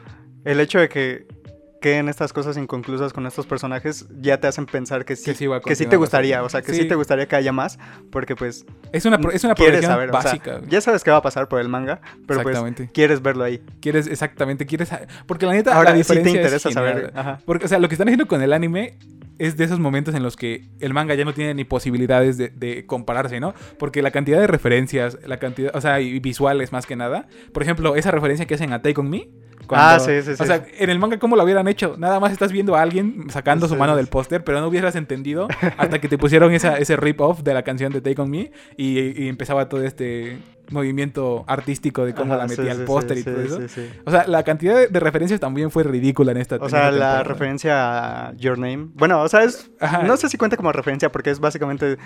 Speaker 2: el hecho de que queden estas cosas inconclusas con estos personajes ya te hacen pensar que sí,
Speaker 1: Que
Speaker 2: que
Speaker 1: sí
Speaker 2: sí,
Speaker 1: va a
Speaker 2: te
Speaker 1: continuar la
Speaker 2: gustaría,
Speaker 1: serie.
Speaker 2: o sea, que
Speaker 1: Sí.
Speaker 2: sí. te gustaría que haya más, porque pues
Speaker 1: es una pro- es una
Speaker 2: quieres
Speaker 1: progresión
Speaker 2: saber, o sea,
Speaker 1: básica. güey.
Speaker 2: ya sabes qué va a pasar por el manga, pero pues
Speaker 1: Exactamente.
Speaker 2: quieres verlo ahí.
Speaker 1: Quieres exactamente, quieres sa- porque la neta
Speaker 2: Ahora
Speaker 1: la
Speaker 2: sí
Speaker 1: diferencia
Speaker 2: te
Speaker 1: es
Speaker 2: interesa
Speaker 1: genial,
Speaker 2: saber.
Speaker 1: güey.
Speaker 2: Ajá.
Speaker 1: Porque, o sea, lo que están haciendo con el anime es de esos momentos en los que el manga ya no tiene ni posibilidades de, de compararse, ¿no? Porque la cantidad de referencias, la cantidad, o sea, y visuales más que nada. Por ejemplo, esa referencia que hacen a Take on Me.
Speaker 2: Ah, sí, sí,
Speaker 1: O
Speaker 2: sí.
Speaker 1: sea, en el manga, ¿cómo lo hubieran hecho? Nada más estás viendo a alguien sacando su
Speaker 2: Sí,
Speaker 1: mano
Speaker 2: sí,
Speaker 1: del
Speaker 2: sí.
Speaker 1: póster, pero no hubieras entendido hasta que te pusieron esa, ese rip-off de la canción de Take on Me y, y empezaba todo este movimiento artístico de cómo
Speaker 2: Ajá,
Speaker 1: la
Speaker 2: sí,
Speaker 1: metía al
Speaker 2: sí,
Speaker 1: póster
Speaker 2: sí,
Speaker 1: y todo
Speaker 2: sí,
Speaker 1: eso.
Speaker 2: sí, sí.
Speaker 1: O sea, la cantidad de, de referencias también fue ridícula en esta
Speaker 2: O sea,
Speaker 1: en esta
Speaker 2: la
Speaker 1: temporada.
Speaker 2: referencia a Your Name. Bueno, o sea, es.
Speaker 1: Ajá.
Speaker 2: No sé si cuenta como referencia porque es básicamente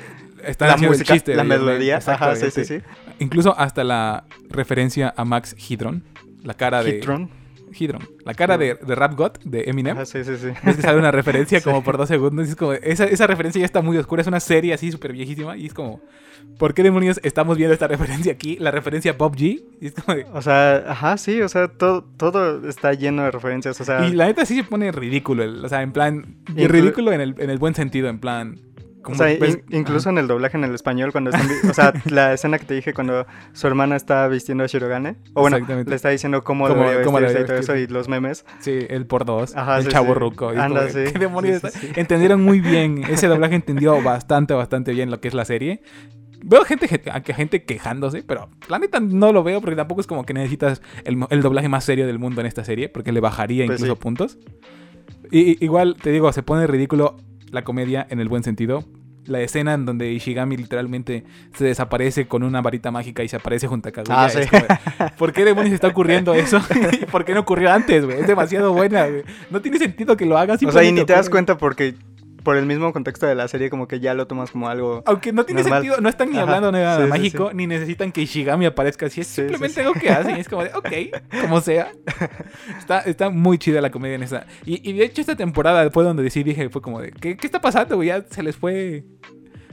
Speaker 1: Están
Speaker 2: la
Speaker 1: haciendo el
Speaker 2: música,
Speaker 1: chiste
Speaker 2: la
Speaker 1: de Your Name,
Speaker 2: melodía. Ajá, sí,
Speaker 1: exactamente.
Speaker 2: sí, sí.
Speaker 1: Incluso hasta la referencia a Max Hidron, la cara de
Speaker 2: Hitron.
Speaker 1: Hidron, la cara de, de Rap God de Eminem.
Speaker 2: Ajá, sí, sí, sí.
Speaker 1: Ves que sale una referencia
Speaker 2: Sí.
Speaker 1: como por dos segundos. y es como, esa, esa referencia ya está muy oscura. Es una serie así súper viejísima. Y es como, ¿por qué demonios estamos viendo esta referencia aquí? La referencia a Bob G. Y es como de-
Speaker 2: O sea, ajá, sí, o sea, todo, todo está lleno de referencias. O sea,
Speaker 1: Y la neta sí se pone ridículo. el- o sea, en plan. y
Speaker 2: Ah. Inclu-
Speaker 1: ridículo en el, en el buen sentido. En plan.
Speaker 2: o
Speaker 1: como
Speaker 2: sea,
Speaker 1: ves-
Speaker 2: in- incluso en el doblaje en el español, cuando están. vi- o sea, la escena que te dije cuando su hermana está vistiendo a Shirogane. O bueno,
Speaker 1: Exactamente.
Speaker 2: le está diciendo cómo,
Speaker 1: Cómo-
Speaker 2: debería
Speaker 1: cómo
Speaker 2: vestirse y
Speaker 1: debería
Speaker 2: todo eso y los memes.
Speaker 1: Sí, el por dos,
Speaker 2: Ajá,
Speaker 1: el
Speaker 2: sí,
Speaker 1: chavo
Speaker 2: sí.
Speaker 1: ruco. y es
Speaker 2: Anda,
Speaker 1: como de,
Speaker 2: sí,
Speaker 1: ¿Qué demonios
Speaker 2: sí,
Speaker 1: está?
Speaker 2: sí, sí.
Speaker 1: Entendieron muy bien. Ese doblaje entendió bastante, bastante bien lo que es la serie. Veo gente, que- a que- gente quejándose, pero la neta no lo veo porque tampoco es como que necesitas el, mo- el doblaje más serio del mundo en esta serie, porque le bajaría
Speaker 2: Pues
Speaker 1: incluso
Speaker 2: sí.
Speaker 1: puntos. Y, y- igual, te digo, se pone ridículo la comedia en el buen sentido. La escena en donde Ishigami literalmente se desaparece con una varita mágica y se aparece junto a Kaguya.
Speaker 2: Ah, sí.
Speaker 1: es como de, ¿Por qué demonios está ocurriendo eso? ¿Y ¿Por qué no ocurrió antes, güey? Es demasiado buena, güey. No tiene sentido que lo hagas.
Speaker 2: O sea, y ni
Speaker 1: simplemente
Speaker 2: te das
Speaker 1: ocurre.
Speaker 2: cuenta porque por el mismo contexto de la serie, como que ya lo tomas como algo.
Speaker 1: Aunque no tiene
Speaker 2: Normal.
Speaker 1: sentido, no están ni
Speaker 2: Ajá.
Speaker 1: hablando de nada
Speaker 2: Sí, sí,
Speaker 1: mágico, ni necesitan que Ishigami aparezca así. Es
Speaker 2: Sí, sí,
Speaker 1: simplemente
Speaker 2: sí.
Speaker 1: algo que hacen. y Es como de, ok, como sea. Está, está muy chida la comedia en esa. Y, y de hecho, esta temporada fue donde sí dije, fue como de, ¿qué, qué está pasando, güey? Ya se les fue.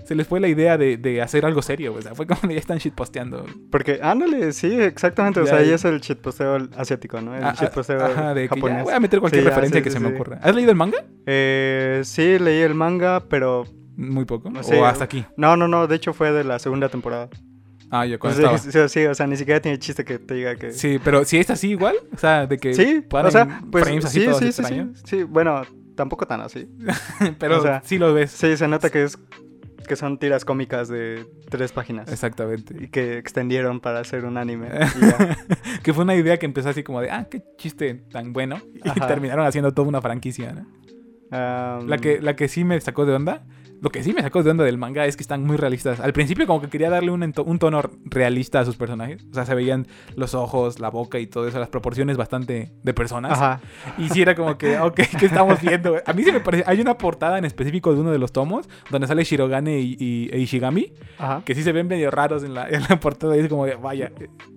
Speaker 1: Se les fue la idea de, de hacer algo serio, güey. O sea, fue como de ya están shitposteando.
Speaker 2: Porque, ándale, sí, exactamente. O
Speaker 1: Ya,
Speaker 2: sea, ahí
Speaker 1: ya.
Speaker 2: es el chitposteo asiático, ¿no? El
Speaker 1: Ah, ah,
Speaker 2: chitposteo
Speaker 1: ajá, de que ya
Speaker 2: japonés.
Speaker 1: voy a meter cualquier
Speaker 2: Sí, ya,
Speaker 1: referencia
Speaker 2: sí,
Speaker 1: que
Speaker 2: sí,
Speaker 1: se me
Speaker 2: sí.
Speaker 1: ocurra. ¿Has leído el manga?
Speaker 2: Eh, sí, leí el manga, pero.
Speaker 1: Muy poco.
Speaker 2: Sí.
Speaker 1: o hasta aquí.
Speaker 2: No, no, no, de hecho fue de la segunda temporada.
Speaker 1: Ah, yo cuando
Speaker 2: Sí,
Speaker 1: estaba.
Speaker 2: sí, sí, sí, o sea, ni siquiera tiene chiste que te diga que.
Speaker 1: Sí, pero si es así igual, o sea, de que
Speaker 2: Sí,
Speaker 1: ponen
Speaker 2: o sea, pues sí,
Speaker 1: frames así
Speaker 2: sí,
Speaker 1: todos
Speaker 2: sí, sí,
Speaker 1: extraños,
Speaker 2: sí, bueno, tampoco tan así.
Speaker 1: pero
Speaker 2: o sea,
Speaker 1: sí lo ves.
Speaker 2: Sí, se nota que es que son tiras cómicas de tres páginas
Speaker 1: Exactamente.
Speaker 2: y que extendieron para hacer un anime. y ya.
Speaker 1: Que fue una idea que empezó así como de, ah, qué chiste tan bueno. Y
Speaker 2: Ajá.
Speaker 1: terminaron haciendo toda una franquicia. ¿no?
Speaker 2: Am,
Speaker 1: La, que, la que sí me sacó de onda, lo que sí me sacó de onda del manga es que están muy realistas. Al principio como que quería darle un, ento- un tono realista a sus personajes. O sea, se veían los ojos, la boca y todo eso, las proporciones bastante de personas.
Speaker 2: Ajá.
Speaker 1: Y sí era como que, ok, ¿qué estamos viendo? güey? A mí se me parece, hay una portada en específico de uno de los tomos donde sale Shirogane y, y- e Ishigami,
Speaker 2: Ajá.
Speaker 1: que sí se ven medio raros en la, en la portada y es como, de, vaya.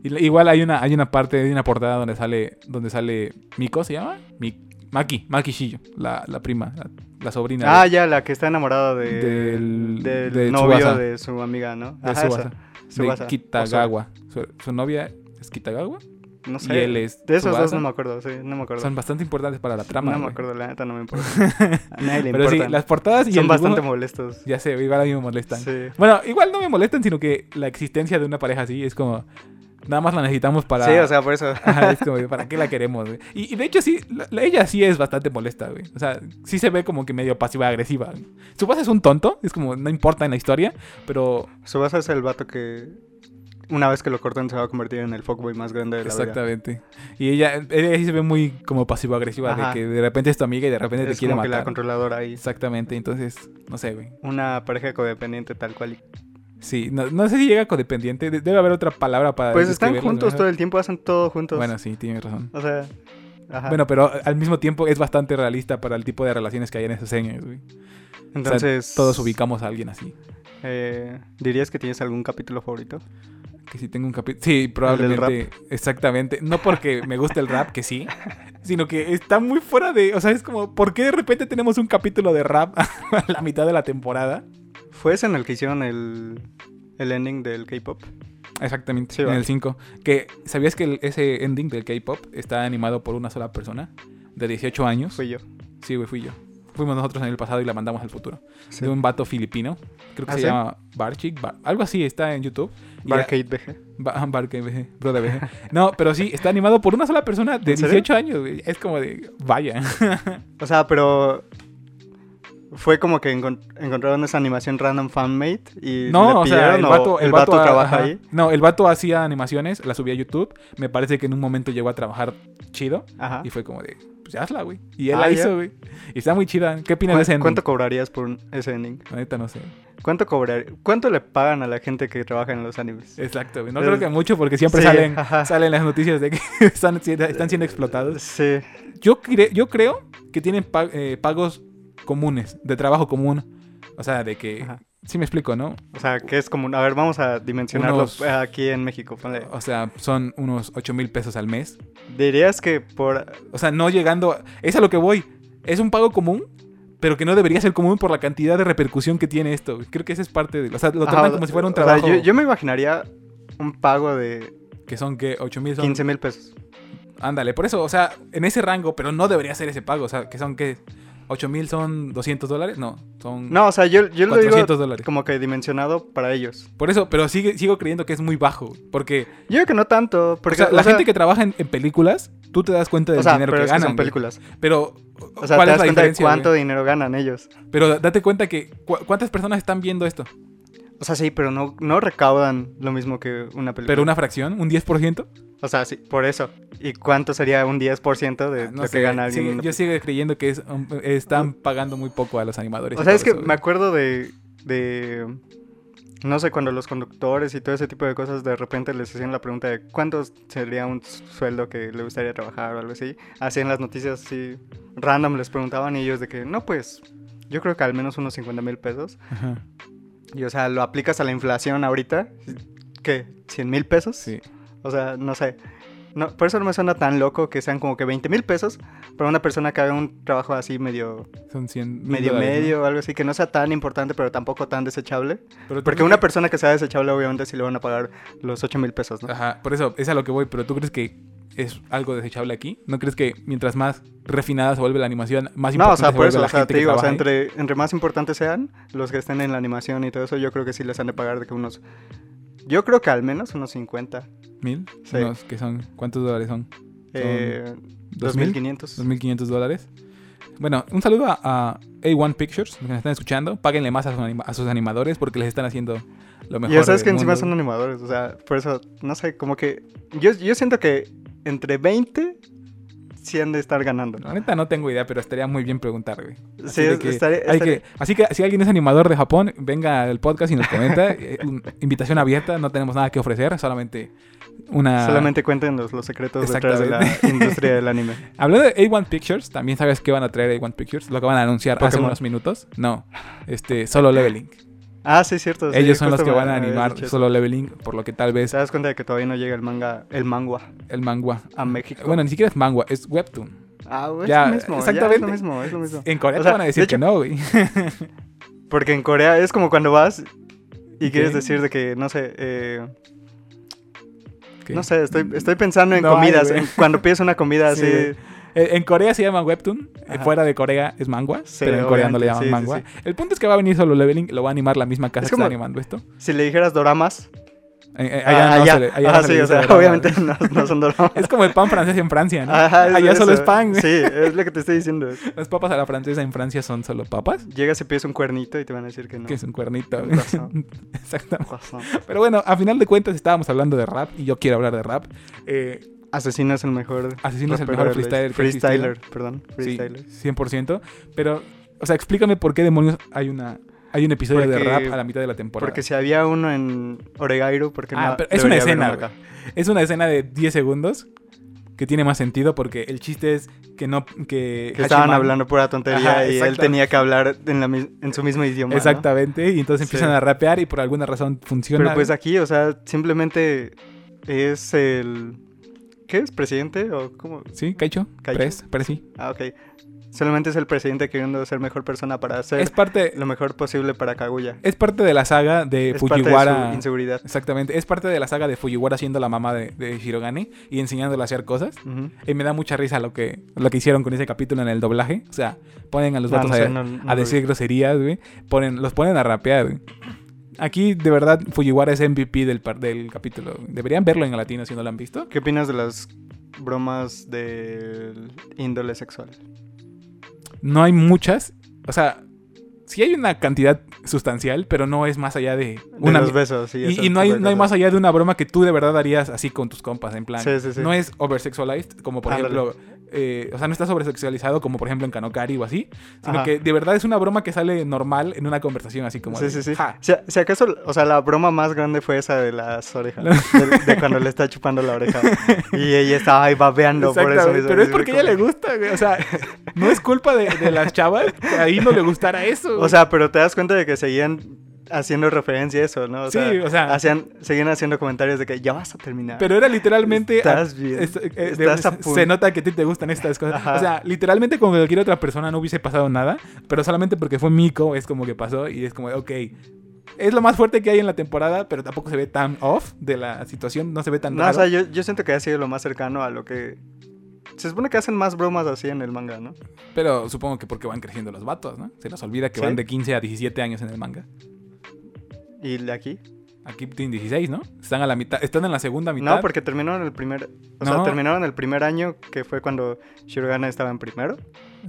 Speaker 1: Y la- igual hay una, hay una parte, hay una portada donde sale, donde sale Miko, ¿se llama? Mi- Maki, Maki Shiyo, la, la prima, la, la sobrina
Speaker 2: Ah,
Speaker 1: de-
Speaker 2: ya, la que está enamorada de,
Speaker 1: Del-
Speaker 2: del,
Speaker 1: de
Speaker 2: novio
Speaker 1: Tsubasa.
Speaker 2: de su amiga, ¿no?
Speaker 1: de,
Speaker 2: Ajá, esa,
Speaker 1: Tsubasa,
Speaker 2: Tsubasa.
Speaker 1: de Kitagawa. Su, su novia es Kitagawa.
Speaker 2: O sea, no sé.
Speaker 1: y él es
Speaker 2: de esos dos
Speaker 1: Tsubasa.
Speaker 2: no me acuerdo, sí, no me acuerdo.
Speaker 1: Son bastante importantes para la trama.
Speaker 2: no me
Speaker 1: güey.
Speaker 2: acuerdo, la neta no me importa. A nadie le
Speaker 1: Pero sí,
Speaker 2: importan.
Speaker 1: las portadas y el
Speaker 2: Son bastante
Speaker 1: dibujo-
Speaker 2: molestos.
Speaker 1: ya sé, igual a mí me molestan.
Speaker 2: Sí.
Speaker 1: Bueno, igual no me molestan, sino que la existencia de una pareja así es como. Nada más la necesitamos para.
Speaker 2: Sí, o sea, por eso.
Speaker 1: Ajá, es como, ¿para qué la queremos? güey? Y, y de hecho, sí, la- la- ella sí es bastante molesta, güey. O sea, sí se ve como que medio pasiva-agresiva. Su base es un tonto, es como, no importa en la historia, pero.
Speaker 2: Subasa es el vato que una vez que lo cortan se va a convertir en el fuckboy más grande de la vida.
Speaker 1: Exactamente. Y ella, ella sí se ve muy como pasivo-agresiva, de
Speaker 2: Ajá.
Speaker 1: que de repente es tu amiga y de repente
Speaker 2: Es
Speaker 1: te quiere
Speaker 2: como que la
Speaker 1: matar.
Speaker 2: controladora ahí.
Speaker 1: Exactamente, entonces, no sé, güey.
Speaker 2: Una pareja codependiente tal cual.
Speaker 1: Sí, no, no sé si llega codependiente, de- debe haber otra palabra para.
Speaker 2: Pues están
Speaker 1: describirlos,
Speaker 2: juntos
Speaker 1: ¿no?
Speaker 2: todo el tiempo, hacen todo juntos.
Speaker 1: Bueno, sí, tienes razón.
Speaker 2: O sea, ajá.
Speaker 1: Bueno, pero al mismo tiempo es bastante realista para el tipo de relaciones que hay en esos años, güey. O sea,
Speaker 2: entonces
Speaker 1: todos ubicamos a alguien así.
Speaker 2: Eh, ¿Dirías que tienes algún capítulo favorito?
Speaker 1: Que sí tengo un capítulo. Sí, probablemente. Exactamente. No porque me gusta el rap, que sí. Sino que está muy fuera de. O sea, es como, ¿por qué de repente tenemos un capítulo de rap a la mitad de la temporada?
Speaker 2: ¿Fue ese en el que hicieron el, el ending del K-pop?
Speaker 1: Exactamente,
Speaker 2: Sí,
Speaker 1: en
Speaker 2: va.
Speaker 1: el 5. Que, ¿Sabías que el- ese ending del K-pop está animado por una sola persona? De 18 años.
Speaker 2: Fui yo.
Speaker 1: Sí, güey, fui yo. Fuimos nosotros en el pasado y la mandamos al futuro.
Speaker 2: Sí.
Speaker 1: De un vato filipino. Creo que
Speaker 2: ¿Ah,
Speaker 1: se
Speaker 2: sí?
Speaker 1: llama Barchik. Bar- algo así está en YouTube. Y era-
Speaker 2: Barcade BG.
Speaker 1: Ba- Barca, BG, bro de BG. No, pero sí, está animado por una sola persona de
Speaker 2: ¿En serio?
Speaker 1: 18 años, güey. Es como de, vaya.
Speaker 2: O sea, pero. Fue como que encon- encontraron esa animación random fanmate y
Speaker 1: No,
Speaker 2: le
Speaker 1: o sea, el
Speaker 2: pidieron,
Speaker 1: vato, el vato,
Speaker 2: trabaja
Speaker 1: ajá.
Speaker 2: ahí.
Speaker 1: No, el vato hacía animaciones, la subía a YouTube. Me parece que en un momento llegó a trabajar chido.
Speaker 2: Ajá.
Speaker 1: Y fue como de, pues hazla, güey. Y él
Speaker 2: Ah,
Speaker 1: la
Speaker 2: ya.
Speaker 1: hizo, güey. Y está muy chida. ¿Qué opinas de
Speaker 2: ¿Cuán-
Speaker 1: ese ending?
Speaker 2: ¿Cuánto cobrarías por un- ese ending?
Speaker 1: La neta no sé.
Speaker 2: ¿Cuánto cobrar? ¿Cuánto le pagan a la gente que trabaja en los animes?
Speaker 1: Exacto, güey. No
Speaker 2: Eh,
Speaker 1: creo que mucho porque siempre
Speaker 2: sí,
Speaker 1: salen,
Speaker 2: ajá.
Speaker 1: salen las noticias de que están, siendo- están siendo explotados.
Speaker 2: Sí.
Speaker 1: Yo, cre- yo creo que tienen pa- eh, pagos comunes, de trabajo común. O sea, de que...
Speaker 2: Ajá.
Speaker 1: Sí me explico, ¿no?
Speaker 2: O sea, que es como... un- A ver, vamos a dimensionarlo
Speaker 1: Unos-
Speaker 2: aquí en México. ponle.
Speaker 1: O sea, son unos 8 mil pesos al mes.
Speaker 2: Dirías que por...
Speaker 1: O sea, no llegando... a- Es a lo que voy. Es un pago común, pero que no debería ser común por la cantidad de repercusión que tiene esto. güey. Creo que esa es parte de... O sea, lo
Speaker 2: Ajá,
Speaker 1: toman
Speaker 2: o-
Speaker 1: como si fuera un
Speaker 2: o sea,
Speaker 1: trabajo...
Speaker 2: yo, yo me imaginaría un pago de
Speaker 1: Que son que 8 mil son...
Speaker 2: 15 mil pesos.
Speaker 1: Ándale, por eso, o sea, en ese rango, pero no debería ser ese pago. O sea, que son que 8 mil son 200 dólares. No, son
Speaker 2: No, o sea, yo, yo lo digo
Speaker 1: 400 dólares.
Speaker 2: como que dimensionado para ellos.
Speaker 1: Por eso, pero sigue, sigo creyendo que es muy bajo. Porque
Speaker 2: Yo creo que no tanto,
Speaker 1: o
Speaker 2: porque...
Speaker 1: sea, la
Speaker 2: o sea,
Speaker 1: gente que trabaja en, en películas, tú te das cuenta del
Speaker 2: O sea,
Speaker 1: dinero
Speaker 2: pero
Speaker 1: que
Speaker 2: es que
Speaker 1: ganan.
Speaker 2: son
Speaker 1: güey.
Speaker 2: películas.
Speaker 1: pero,
Speaker 2: O
Speaker 1: ¿cuál
Speaker 2: sea, te
Speaker 1: es
Speaker 2: das
Speaker 1: la
Speaker 2: cuenta de
Speaker 1: diferencia? güey?
Speaker 2: cuánto dinero ganan ellos.
Speaker 1: Pero date cuenta que, cu- ¿cuántas personas están viendo esto?
Speaker 2: O sea, sí, pero no, no recaudan lo mismo que una película.
Speaker 1: ¿Pero una fracción? ¿Un 10%?
Speaker 2: O sea, sí, por eso. ¿Y cuánto sería un 10% de
Speaker 1: Ah, No
Speaker 2: lo
Speaker 1: sé,
Speaker 2: que gana alguien?
Speaker 1: sigue-
Speaker 2: en una
Speaker 1: yo sigo creyendo que es un- están pagando muy poco a los animadores.
Speaker 2: O
Speaker 1: y
Speaker 2: sea,
Speaker 1: todo
Speaker 2: es que
Speaker 1: eso, güey.
Speaker 2: me acuerdo de, de, no sé, cuando los conductores y todo ese tipo de cosas de repente les hacían la pregunta de cuánto sería un sueldo que le gustaría trabajar o algo así. Así en las noticias así random les preguntaban y ellos de que, no, pues yo creo que al menos unos 50 mil pesos.
Speaker 1: Ajá,
Speaker 2: Y o sea, lo aplicas a la inflación ahorita, ¿qué? ¿100 mil pesos?
Speaker 1: sí.
Speaker 2: O sea, no sé. No, por eso no me suena tan loco que sean como que 20 mil pesos para una persona que haga un trabajo así medio
Speaker 1: Son 100 mil
Speaker 2: medio
Speaker 1: dólares, ¿no?
Speaker 2: medio o algo así, que no sea tan importante, pero tampoco tan desechable.
Speaker 1: Pero tú
Speaker 2: Porque
Speaker 1: crees
Speaker 2: una
Speaker 1: que-
Speaker 2: persona que sea desechable, obviamente, sí le van a pagar los 8 mil pesos, ¿no?
Speaker 1: Ajá, por eso es a lo que voy, pero ¿tú crees que es algo desechable aquí? ¿No crees que mientras más refinada se vuelve la animación, más
Speaker 2: No, o
Speaker 1: importante
Speaker 2: sea,
Speaker 1: se
Speaker 2: por
Speaker 1: vuelve
Speaker 2: eso,
Speaker 1: la
Speaker 2: o sea,
Speaker 1: gente
Speaker 2: te
Speaker 1: que
Speaker 2: digo, o sea,
Speaker 1: trabaja ahí?
Speaker 2: entre, entre más importantes sean los que estén en la animación y todo eso, yo creo que sí les han de pagar de que unos. Yo creo que al menos unos 50.
Speaker 1: ¿Mil?
Speaker 2: Sí.
Speaker 1: Unos que son, ¿Cuántos dólares son?
Speaker 2: Eh,
Speaker 1: ¿Dos mil?
Speaker 2: 2500.
Speaker 1: 2.500 dólares. Bueno, un saludo a, a A1 Pictures, que nos están escuchando. Páguenle más a sus, anima- a sus animadores porque les están haciendo lo mejor.
Speaker 2: Y eso es
Speaker 1: del
Speaker 2: que encima
Speaker 1: mundo.
Speaker 2: son animadores, o sea, por eso, no sé, como que. Yo, yo siento que entre 20 sí han de estar ganando.
Speaker 1: La neta no tengo idea, pero estaría muy bien preguntar, güey. Así,
Speaker 2: Sí,
Speaker 1: de
Speaker 2: es-
Speaker 1: que
Speaker 2: estaría-
Speaker 1: hay
Speaker 2: estaría-
Speaker 1: que- así que si alguien es animador de Japón, venga al podcast y nos comenta. Eh, un- invitación abierta, no tenemos nada que ofrecer, solamente una...
Speaker 2: Solamente cuéntenos los secretos detrás de la
Speaker 1: ah, Exactamente.
Speaker 2: industria del anime.
Speaker 1: Hablando de A1 Pictures, también sabes que van a traer A1 Pictures, lo que van a anunciar hace
Speaker 2: Pokémon.
Speaker 1: unos minutos. No, este, solo leveling.
Speaker 2: Ah, sí, cierto. sí,
Speaker 1: Ellos son los
Speaker 2: justo
Speaker 1: que
Speaker 2: me-
Speaker 1: van a
Speaker 2: me habías
Speaker 1: animar
Speaker 2: dicho eso.
Speaker 1: solo leveling, por lo que tal vez
Speaker 2: Te das cuenta de que todavía no llega el manga, el mangua
Speaker 1: el manga.
Speaker 2: a México.
Speaker 1: Bueno, ni siquiera es manga, es webtoon.
Speaker 2: ah, güey,
Speaker 1: ya,
Speaker 2: es lo mismo. ya, es
Speaker 1: exactamente.
Speaker 2: lo mismo, es lo mismo.
Speaker 1: En Corea
Speaker 2: O
Speaker 1: te
Speaker 2: sea,
Speaker 1: van a decir
Speaker 2: de hecho-
Speaker 1: que no, güey.
Speaker 2: Porque en Corea es como cuando vas y
Speaker 1: Ok.
Speaker 2: quieres decir de que, no sé, eh,
Speaker 1: Que-
Speaker 2: no sé, estoy, estoy pensando en
Speaker 1: No hay,
Speaker 2: comidas.
Speaker 1: güey.
Speaker 2: en- cuando pides una comida
Speaker 1: Sí,
Speaker 2: así.
Speaker 1: güey. Eh, En Corea se llama webtoon, eh,
Speaker 2: Ajá.
Speaker 1: fuera de Corea es manga,
Speaker 2: Sí,
Speaker 1: pero en Corea no le
Speaker 2: obviamente,
Speaker 1: llaman
Speaker 2: sí, sí,
Speaker 1: manga. El punto es que va a venir solo leveling, lo va a animar la misma casa
Speaker 2: Es
Speaker 1: que está
Speaker 2: como-
Speaker 1: animando esto.
Speaker 2: Si le dijeras doramas.
Speaker 1: Eh, eh, allá
Speaker 2: ah,
Speaker 1: no
Speaker 2: allá.
Speaker 1: se le- allá
Speaker 2: Ajá,
Speaker 1: no se
Speaker 2: sí,
Speaker 1: le
Speaker 2: o
Speaker 1: dice
Speaker 2: sea,
Speaker 1: drama,
Speaker 2: obviamente
Speaker 1: güey.
Speaker 2: no, no son doramas.
Speaker 1: Es como el pan francés en Francia, ¿no?
Speaker 2: Ajá, es
Speaker 1: allá solo
Speaker 2: eso.
Speaker 1: es pan, güey.
Speaker 2: Sí, es lo que te estoy diciendo.
Speaker 1: Las papas a la francesa en Francia son solo papas,
Speaker 2: Llegas y pides un cuernito y te van a decir que no.
Speaker 1: que es un cuernito.
Speaker 2: Con razón.
Speaker 1: Exactamente.
Speaker 2: Razón.
Speaker 1: Pero bueno, a final de cuentas estábamos hablando de rap y yo quiero hablar de rap. Eh,
Speaker 2: Asesino es el mejor.
Speaker 1: Asesino es el
Speaker 2: rapero
Speaker 1: mejor freestyler
Speaker 2: del
Speaker 1: que ha existido.
Speaker 2: Freestyler, perdón.
Speaker 1: sí,
Speaker 2: Freestyler.
Speaker 1: 100%. Pero, o sea, explícame por qué demonios hay una hay un episodio de
Speaker 2: Porque-
Speaker 1: rap a la mitad de la temporada.
Speaker 2: Porque si había uno en Oregairo, porque
Speaker 1: Ah,
Speaker 2: no.
Speaker 1: pero es una
Speaker 2: debería haber
Speaker 1: escena,
Speaker 2: uno acá?
Speaker 1: Es una escena de 10 segundos que tiene más sentido porque el chiste es que no que,
Speaker 2: Que estaban
Speaker 1: Hachiman-
Speaker 2: hablando pura tontería
Speaker 1: Ajá,
Speaker 2: y él
Speaker 1: exacto.
Speaker 2: tenía que hablar en, la mis- en su mismo idioma. ¿no?
Speaker 1: Exactamente, y entonces empiezan
Speaker 2: Sí.
Speaker 1: a rapear y por alguna razón funciona.
Speaker 2: Pero pues aquí, o sea, simplemente es el... ¿Qué es? ¿Presidente? ¿O cómo?
Speaker 1: ¿Sí? ¿Caicho?
Speaker 2: Caicho.
Speaker 1: ¿Pres? ¿Presi?
Speaker 2: Ah, ok. Solamente es el presidente queriendo ser mejor persona para hacer
Speaker 1: Es parte,
Speaker 2: lo mejor posible para Kaguya.
Speaker 1: es parte de la saga de
Speaker 2: Es parte de
Speaker 1: Fujiwara.
Speaker 2: su inseguridad.
Speaker 1: Exactamente, es parte de la saga de Fujiwara siendo la mamá de, de Shirogane y enseñándole a hacer cosas.
Speaker 2: Ujú.
Speaker 1: Y me da mucha risa lo que, lo que hicieron con ese capítulo en el doblaje. O sea, ponen a los
Speaker 2: No,
Speaker 1: vatos
Speaker 2: no sé,
Speaker 1: a,
Speaker 2: no- no
Speaker 1: a
Speaker 2: lo vi.
Speaker 1: decir groserías, güey. Ponen, los ponen a rapear. güey. Aquí, de verdad, Fujiwara es MVP del, par- del capítulo. Deberían verlo en latino si no lo han visto.
Speaker 2: ¿Qué opinas de las bromas del índole sexual?
Speaker 1: No hay muchas. O sea, sí hay una cantidad sustancial, pero no es más allá de
Speaker 2: De
Speaker 1: una.
Speaker 2: los besos y,
Speaker 1: y,
Speaker 2: esas
Speaker 1: y no, hay,
Speaker 2: cosas.
Speaker 1: no hay más allá de una broma que tú de verdad harías así con tus compas, en plan.
Speaker 2: Sí, sí, sí.
Speaker 1: No es oversexualized, como por
Speaker 2: Ándale.
Speaker 1: ejemplo. eh, o sea, no está sobresexualizado como por ejemplo en Kanokari o así. Sino
Speaker 2: Ajá.
Speaker 1: que de verdad es una broma que sale normal en una conversación así como.
Speaker 2: Sí,
Speaker 1: de,
Speaker 2: sí, sí.
Speaker 1: "Ja".
Speaker 2: Si, si acaso, o sea, la broma más grande fue esa de las orejas. De, de cuando le está chupando la oreja. Y ella estaba ahí babeando por eso.
Speaker 1: Exactamente,
Speaker 2: mismo.
Speaker 1: pero es
Speaker 2: Y
Speaker 1: porque a
Speaker 2: como-
Speaker 1: ella le gusta, güey, O sea, no es culpa de, de las chavas que ahí no le gustara eso.
Speaker 2: O sea, pero te das cuenta de que seguían haciendo referencia a eso, ¿no? O
Speaker 1: Sí,
Speaker 2: sea,
Speaker 1: o sea-
Speaker 2: hacían, seguían haciendo comentarios de que ya vas a terminar.
Speaker 1: Pero era literalmente.
Speaker 2: Estás bien.
Speaker 1: es- eh, de-
Speaker 2: Estás a punto.
Speaker 1: se nota que a ti te gustan estas cosas.
Speaker 2: Ajá.
Speaker 1: O sea, literalmente con cualquier otra persona no hubiese pasado nada. Pero solamente porque fue Miko es como que pasó y es como, ok. Es lo más fuerte que hay en la temporada, pero tampoco se ve tan off de la situación. No se ve tan
Speaker 2: no, o
Speaker 1: raro.
Speaker 2: sea, yo, yo siento que ha sido lo más cercano a lo que... Se supone que hacen más bromas así en el manga, ¿no?
Speaker 1: Pero supongo que porque van creciendo los vatos, ¿no? Se les olvida que
Speaker 2: Sí.
Speaker 1: van de 15 a 17 años en el manga.
Speaker 2: Y de aquí.
Speaker 1: Aquí tienen 16, ¿no? Están a la mitad. Están en la segunda mitad.
Speaker 2: No, porque terminaron el primer... O
Speaker 1: No.
Speaker 2: sea, terminaron el primer año que fue cuando Shirogane estaba en primero.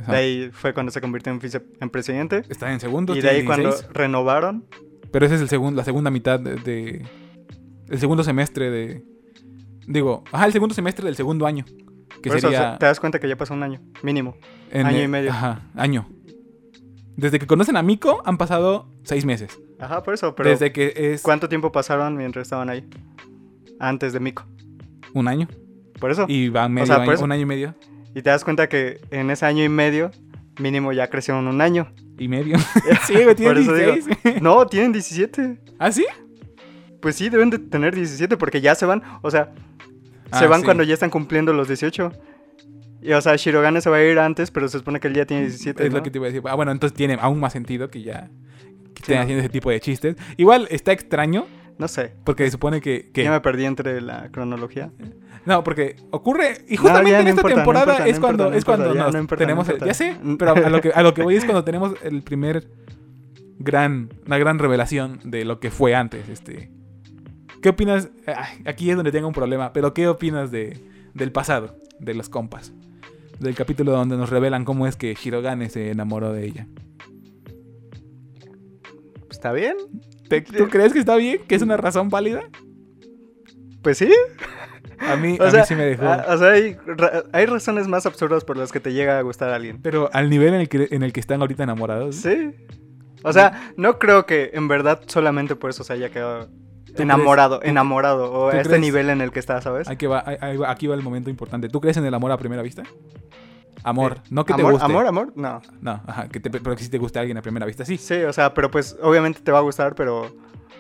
Speaker 1: Ajá.
Speaker 2: De ahí fue cuando se convirtió en, vice- en presidente.
Speaker 1: Están en segundo.
Speaker 2: Y de ahí
Speaker 1: tienen
Speaker 2: cuando
Speaker 1: 16.
Speaker 2: renovaron,
Speaker 1: Pero esa es el segundo, la segunda mitad de, de- El segundo semestre de. Digo, ajá, el segundo semestre del segundo año. Que
Speaker 2: por eso, o
Speaker 1: sería.
Speaker 2: sea, te das cuenta que ya pasó un año, mínimo.
Speaker 1: en
Speaker 2: año
Speaker 1: el-
Speaker 2: y medio.
Speaker 1: Ajá, año. Desde que conocen a Miko han pasado seis meses.
Speaker 2: Ajá, por eso, pero
Speaker 1: Desde que es
Speaker 2: ¿cuánto tiempo pasaron mientras estaban ahí? Antes de Miko.
Speaker 1: un año.
Speaker 2: Por eso. Y,
Speaker 1: Y van medio
Speaker 2: sea, por
Speaker 1: año-
Speaker 2: eso-
Speaker 1: un año y medio.
Speaker 2: te das cuenta que en ese año y medio, mínimo ya crecieron un año.
Speaker 1: Y medio. sí, güey, tiene
Speaker 2: Por eso digo.
Speaker 1: 16.
Speaker 2: No, tienen 17.
Speaker 1: ¿Ah, sí?
Speaker 2: Pues sí, deben de tener 17 porque ya se van. O sea,
Speaker 1: Ah,
Speaker 2: se van
Speaker 1: sí.
Speaker 2: cuando ya están cumpliendo los 18. Y o sea, Shirogane se va a ir antes, pero se supone que él ya tiene 17.
Speaker 1: Es lo
Speaker 2: ¿no?
Speaker 1: que te iba a decir. Ah, bueno, entonces tiene aún más sentido que ya. Que
Speaker 2: Sí,
Speaker 1: estén
Speaker 2: ¿no?
Speaker 1: haciendo ese tipo de chistes. Igual está extraño
Speaker 2: No sé.
Speaker 1: porque se supone que. que
Speaker 2: Ya me perdí entre la cronología.
Speaker 1: No, porque ocurre y
Speaker 2: No, ya
Speaker 1: justamente en esta
Speaker 2: no importa, no
Speaker 1: temporada
Speaker 2: importa, no
Speaker 1: es cuando
Speaker 2: importa, no
Speaker 1: es cuando
Speaker 2: importa, ya
Speaker 1: nos
Speaker 2: no importa,
Speaker 1: tenemos
Speaker 2: no
Speaker 1: el-
Speaker 2: importa.
Speaker 1: ya sé, pero a lo que a lo que voy es cuando tenemos el primer gran una gran revelación de lo que fue antes, este. ¿Qué opinas? Ay, aquí es donde tengo un problema, pero ¿qué opinas de del pasado de los compas? Del capítulo donde nos revelan cómo es que Shirogane se enamoró de ella.
Speaker 2: ¿Está bien?
Speaker 1: ¿Te- ¿Tú crees que está bien? ¿Que es una razón válida?
Speaker 2: Pues sí.
Speaker 1: A mí,
Speaker 2: O
Speaker 1: a
Speaker 2: sea,
Speaker 1: mí sí me dejó.
Speaker 2: ah, o sea, hay, ra- hay razones más absurdas por las que te llega a gustar a alguien.
Speaker 1: Pero al nivel en el que, en el que están ahorita enamorados.
Speaker 2: Sí. O sea, no creo que en verdad solamente por eso se haya quedado
Speaker 1: crees?
Speaker 2: enamorado,
Speaker 1: ¿Tú cre-
Speaker 2: enamorado, o
Speaker 1: tú
Speaker 2: a este
Speaker 1: crees?
Speaker 2: nivel en el que está, ¿sabes?
Speaker 1: Aquí va, ahí- ahí va- aquí va el momento importante. ¿Tú crees en el amor a primera vista? Amor,
Speaker 2: Eh,
Speaker 1: no que te
Speaker 2: ¿Amor,
Speaker 1: guste.
Speaker 2: amor, amor? No.
Speaker 1: No, ajá, que te- pero que si te gusta alguien a primera vista, sí.
Speaker 2: Sí, o sea, pero pues obviamente te va a gustar, pero...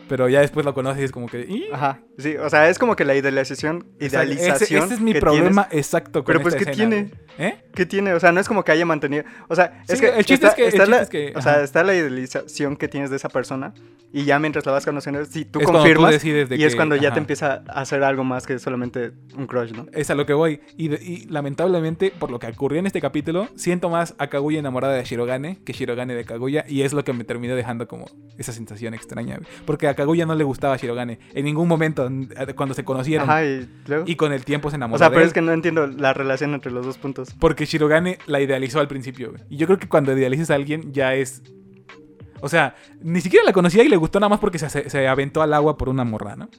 Speaker 1: Pero ya después lo conoces y es como que. "Ih".
Speaker 2: Ajá. Sí, o sea, es como que la idealización,
Speaker 1: O sea,
Speaker 2: idealización
Speaker 1: Ese, ese es mi
Speaker 2: que
Speaker 1: problema exacto. Con
Speaker 2: Pero, pues,
Speaker 1: esta
Speaker 2: ¿qué
Speaker 1: escena,
Speaker 2: tiene?
Speaker 1: güey. ¿Eh?
Speaker 2: ¿Qué tiene? O sea, no es como que haya mantenido. O sea, es
Speaker 1: Sí,
Speaker 2: que.
Speaker 1: el chiste es que- el chiste
Speaker 2: la,
Speaker 1: es que-
Speaker 2: O
Speaker 1: ajá.
Speaker 2: sea, está la idealización que tienes de esa persona. Y ya mientras la vas conociendo, si tú
Speaker 1: Es cuando tú
Speaker 2: confirmas.
Speaker 1: decides de
Speaker 2: y es
Speaker 1: que-
Speaker 2: cuando ya
Speaker 1: ajá.
Speaker 2: te empieza a hacer algo más que solamente un crush, ¿no?
Speaker 1: Es a lo que voy. Y, de- y lamentablemente, por lo que ocurrió en este capítulo, siento más a Kaguya enamorada de Shirogane que Shirogane de Kaguya. Y es lo que me terminó dejando como esa sensación extraña. güey. Porque a Kaguya no le gustaba Shirogane. En ningún momento, n- cuando se conocieron.
Speaker 2: Ajá, y luego.
Speaker 1: Y con el tiempo se enamoró.
Speaker 2: o sea,
Speaker 1: de
Speaker 2: pero
Speaker 1: él.
Speaker 2: es que no entiendo la relación entre los dos puntos.
Speaker 1: Porque Shirogane la idealizó al principio, güey. Y yo creo que cuando idealizas a alguien ya es. O sea, ni siquiera la conocía y le gustó nada más porque se, se- se aventó al agua por una morra, ¿no?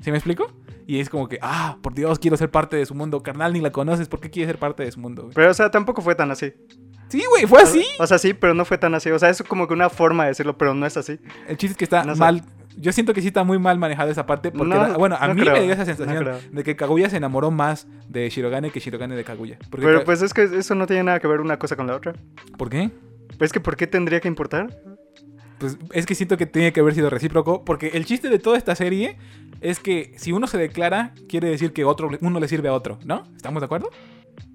Speaker 1: ¿Sí me explico? Y es como que, ah, por Dios, quiero ser parte de su mundo. Carnal, ni la conoces, ¿por qué quieres ser parte de su mundo, güey?
Speaker 2: Pero, o sea, tampoco fue tan así.
Speaker 1: ¿Ah, Sí, güey, fue
Speaker 2: O-
Speaker 1: así.
Speaker 2: O sea, sí, pero no fue tan así. O sea, es como que una forma de decirlo, pero no es así.
Speaker 1: El chiste es que está
Speaker 2: No sé.
Speaker 1: mal yo siento que sí está muy mal manejada esa parte. Porque,
Speaker 2: No,
Speaker 1: la- bueno, a
Speaker 2: no
Speaker 1: mí me
Speaker 2: creo, ¿eh?
Speaker 1: dio esa
Speaker 2: no
Speaker 1: sensación
Speaker 2: creo.
Speaker 1: de que Kaguya se enamoró más de Shirogane que Shirogane de Kaguya. Porque
Speaker 2: Pero
Speaker 1: Ka-
Speaker 2: pues es que eso no tiene nada que ver una cosa con la otra.
Speaker 1: ¿Por qué?
Speaker 2: Pero es que ¿por qué tendría que importar?
Speaker 1: Pues es que siento que tiene que haber sido recíproco. Porque el chiste de toda esta serie es que si uno se declara, quiere decir que otro, uno le sirve a otro, ¿no? ¿Estamos de acuerdo?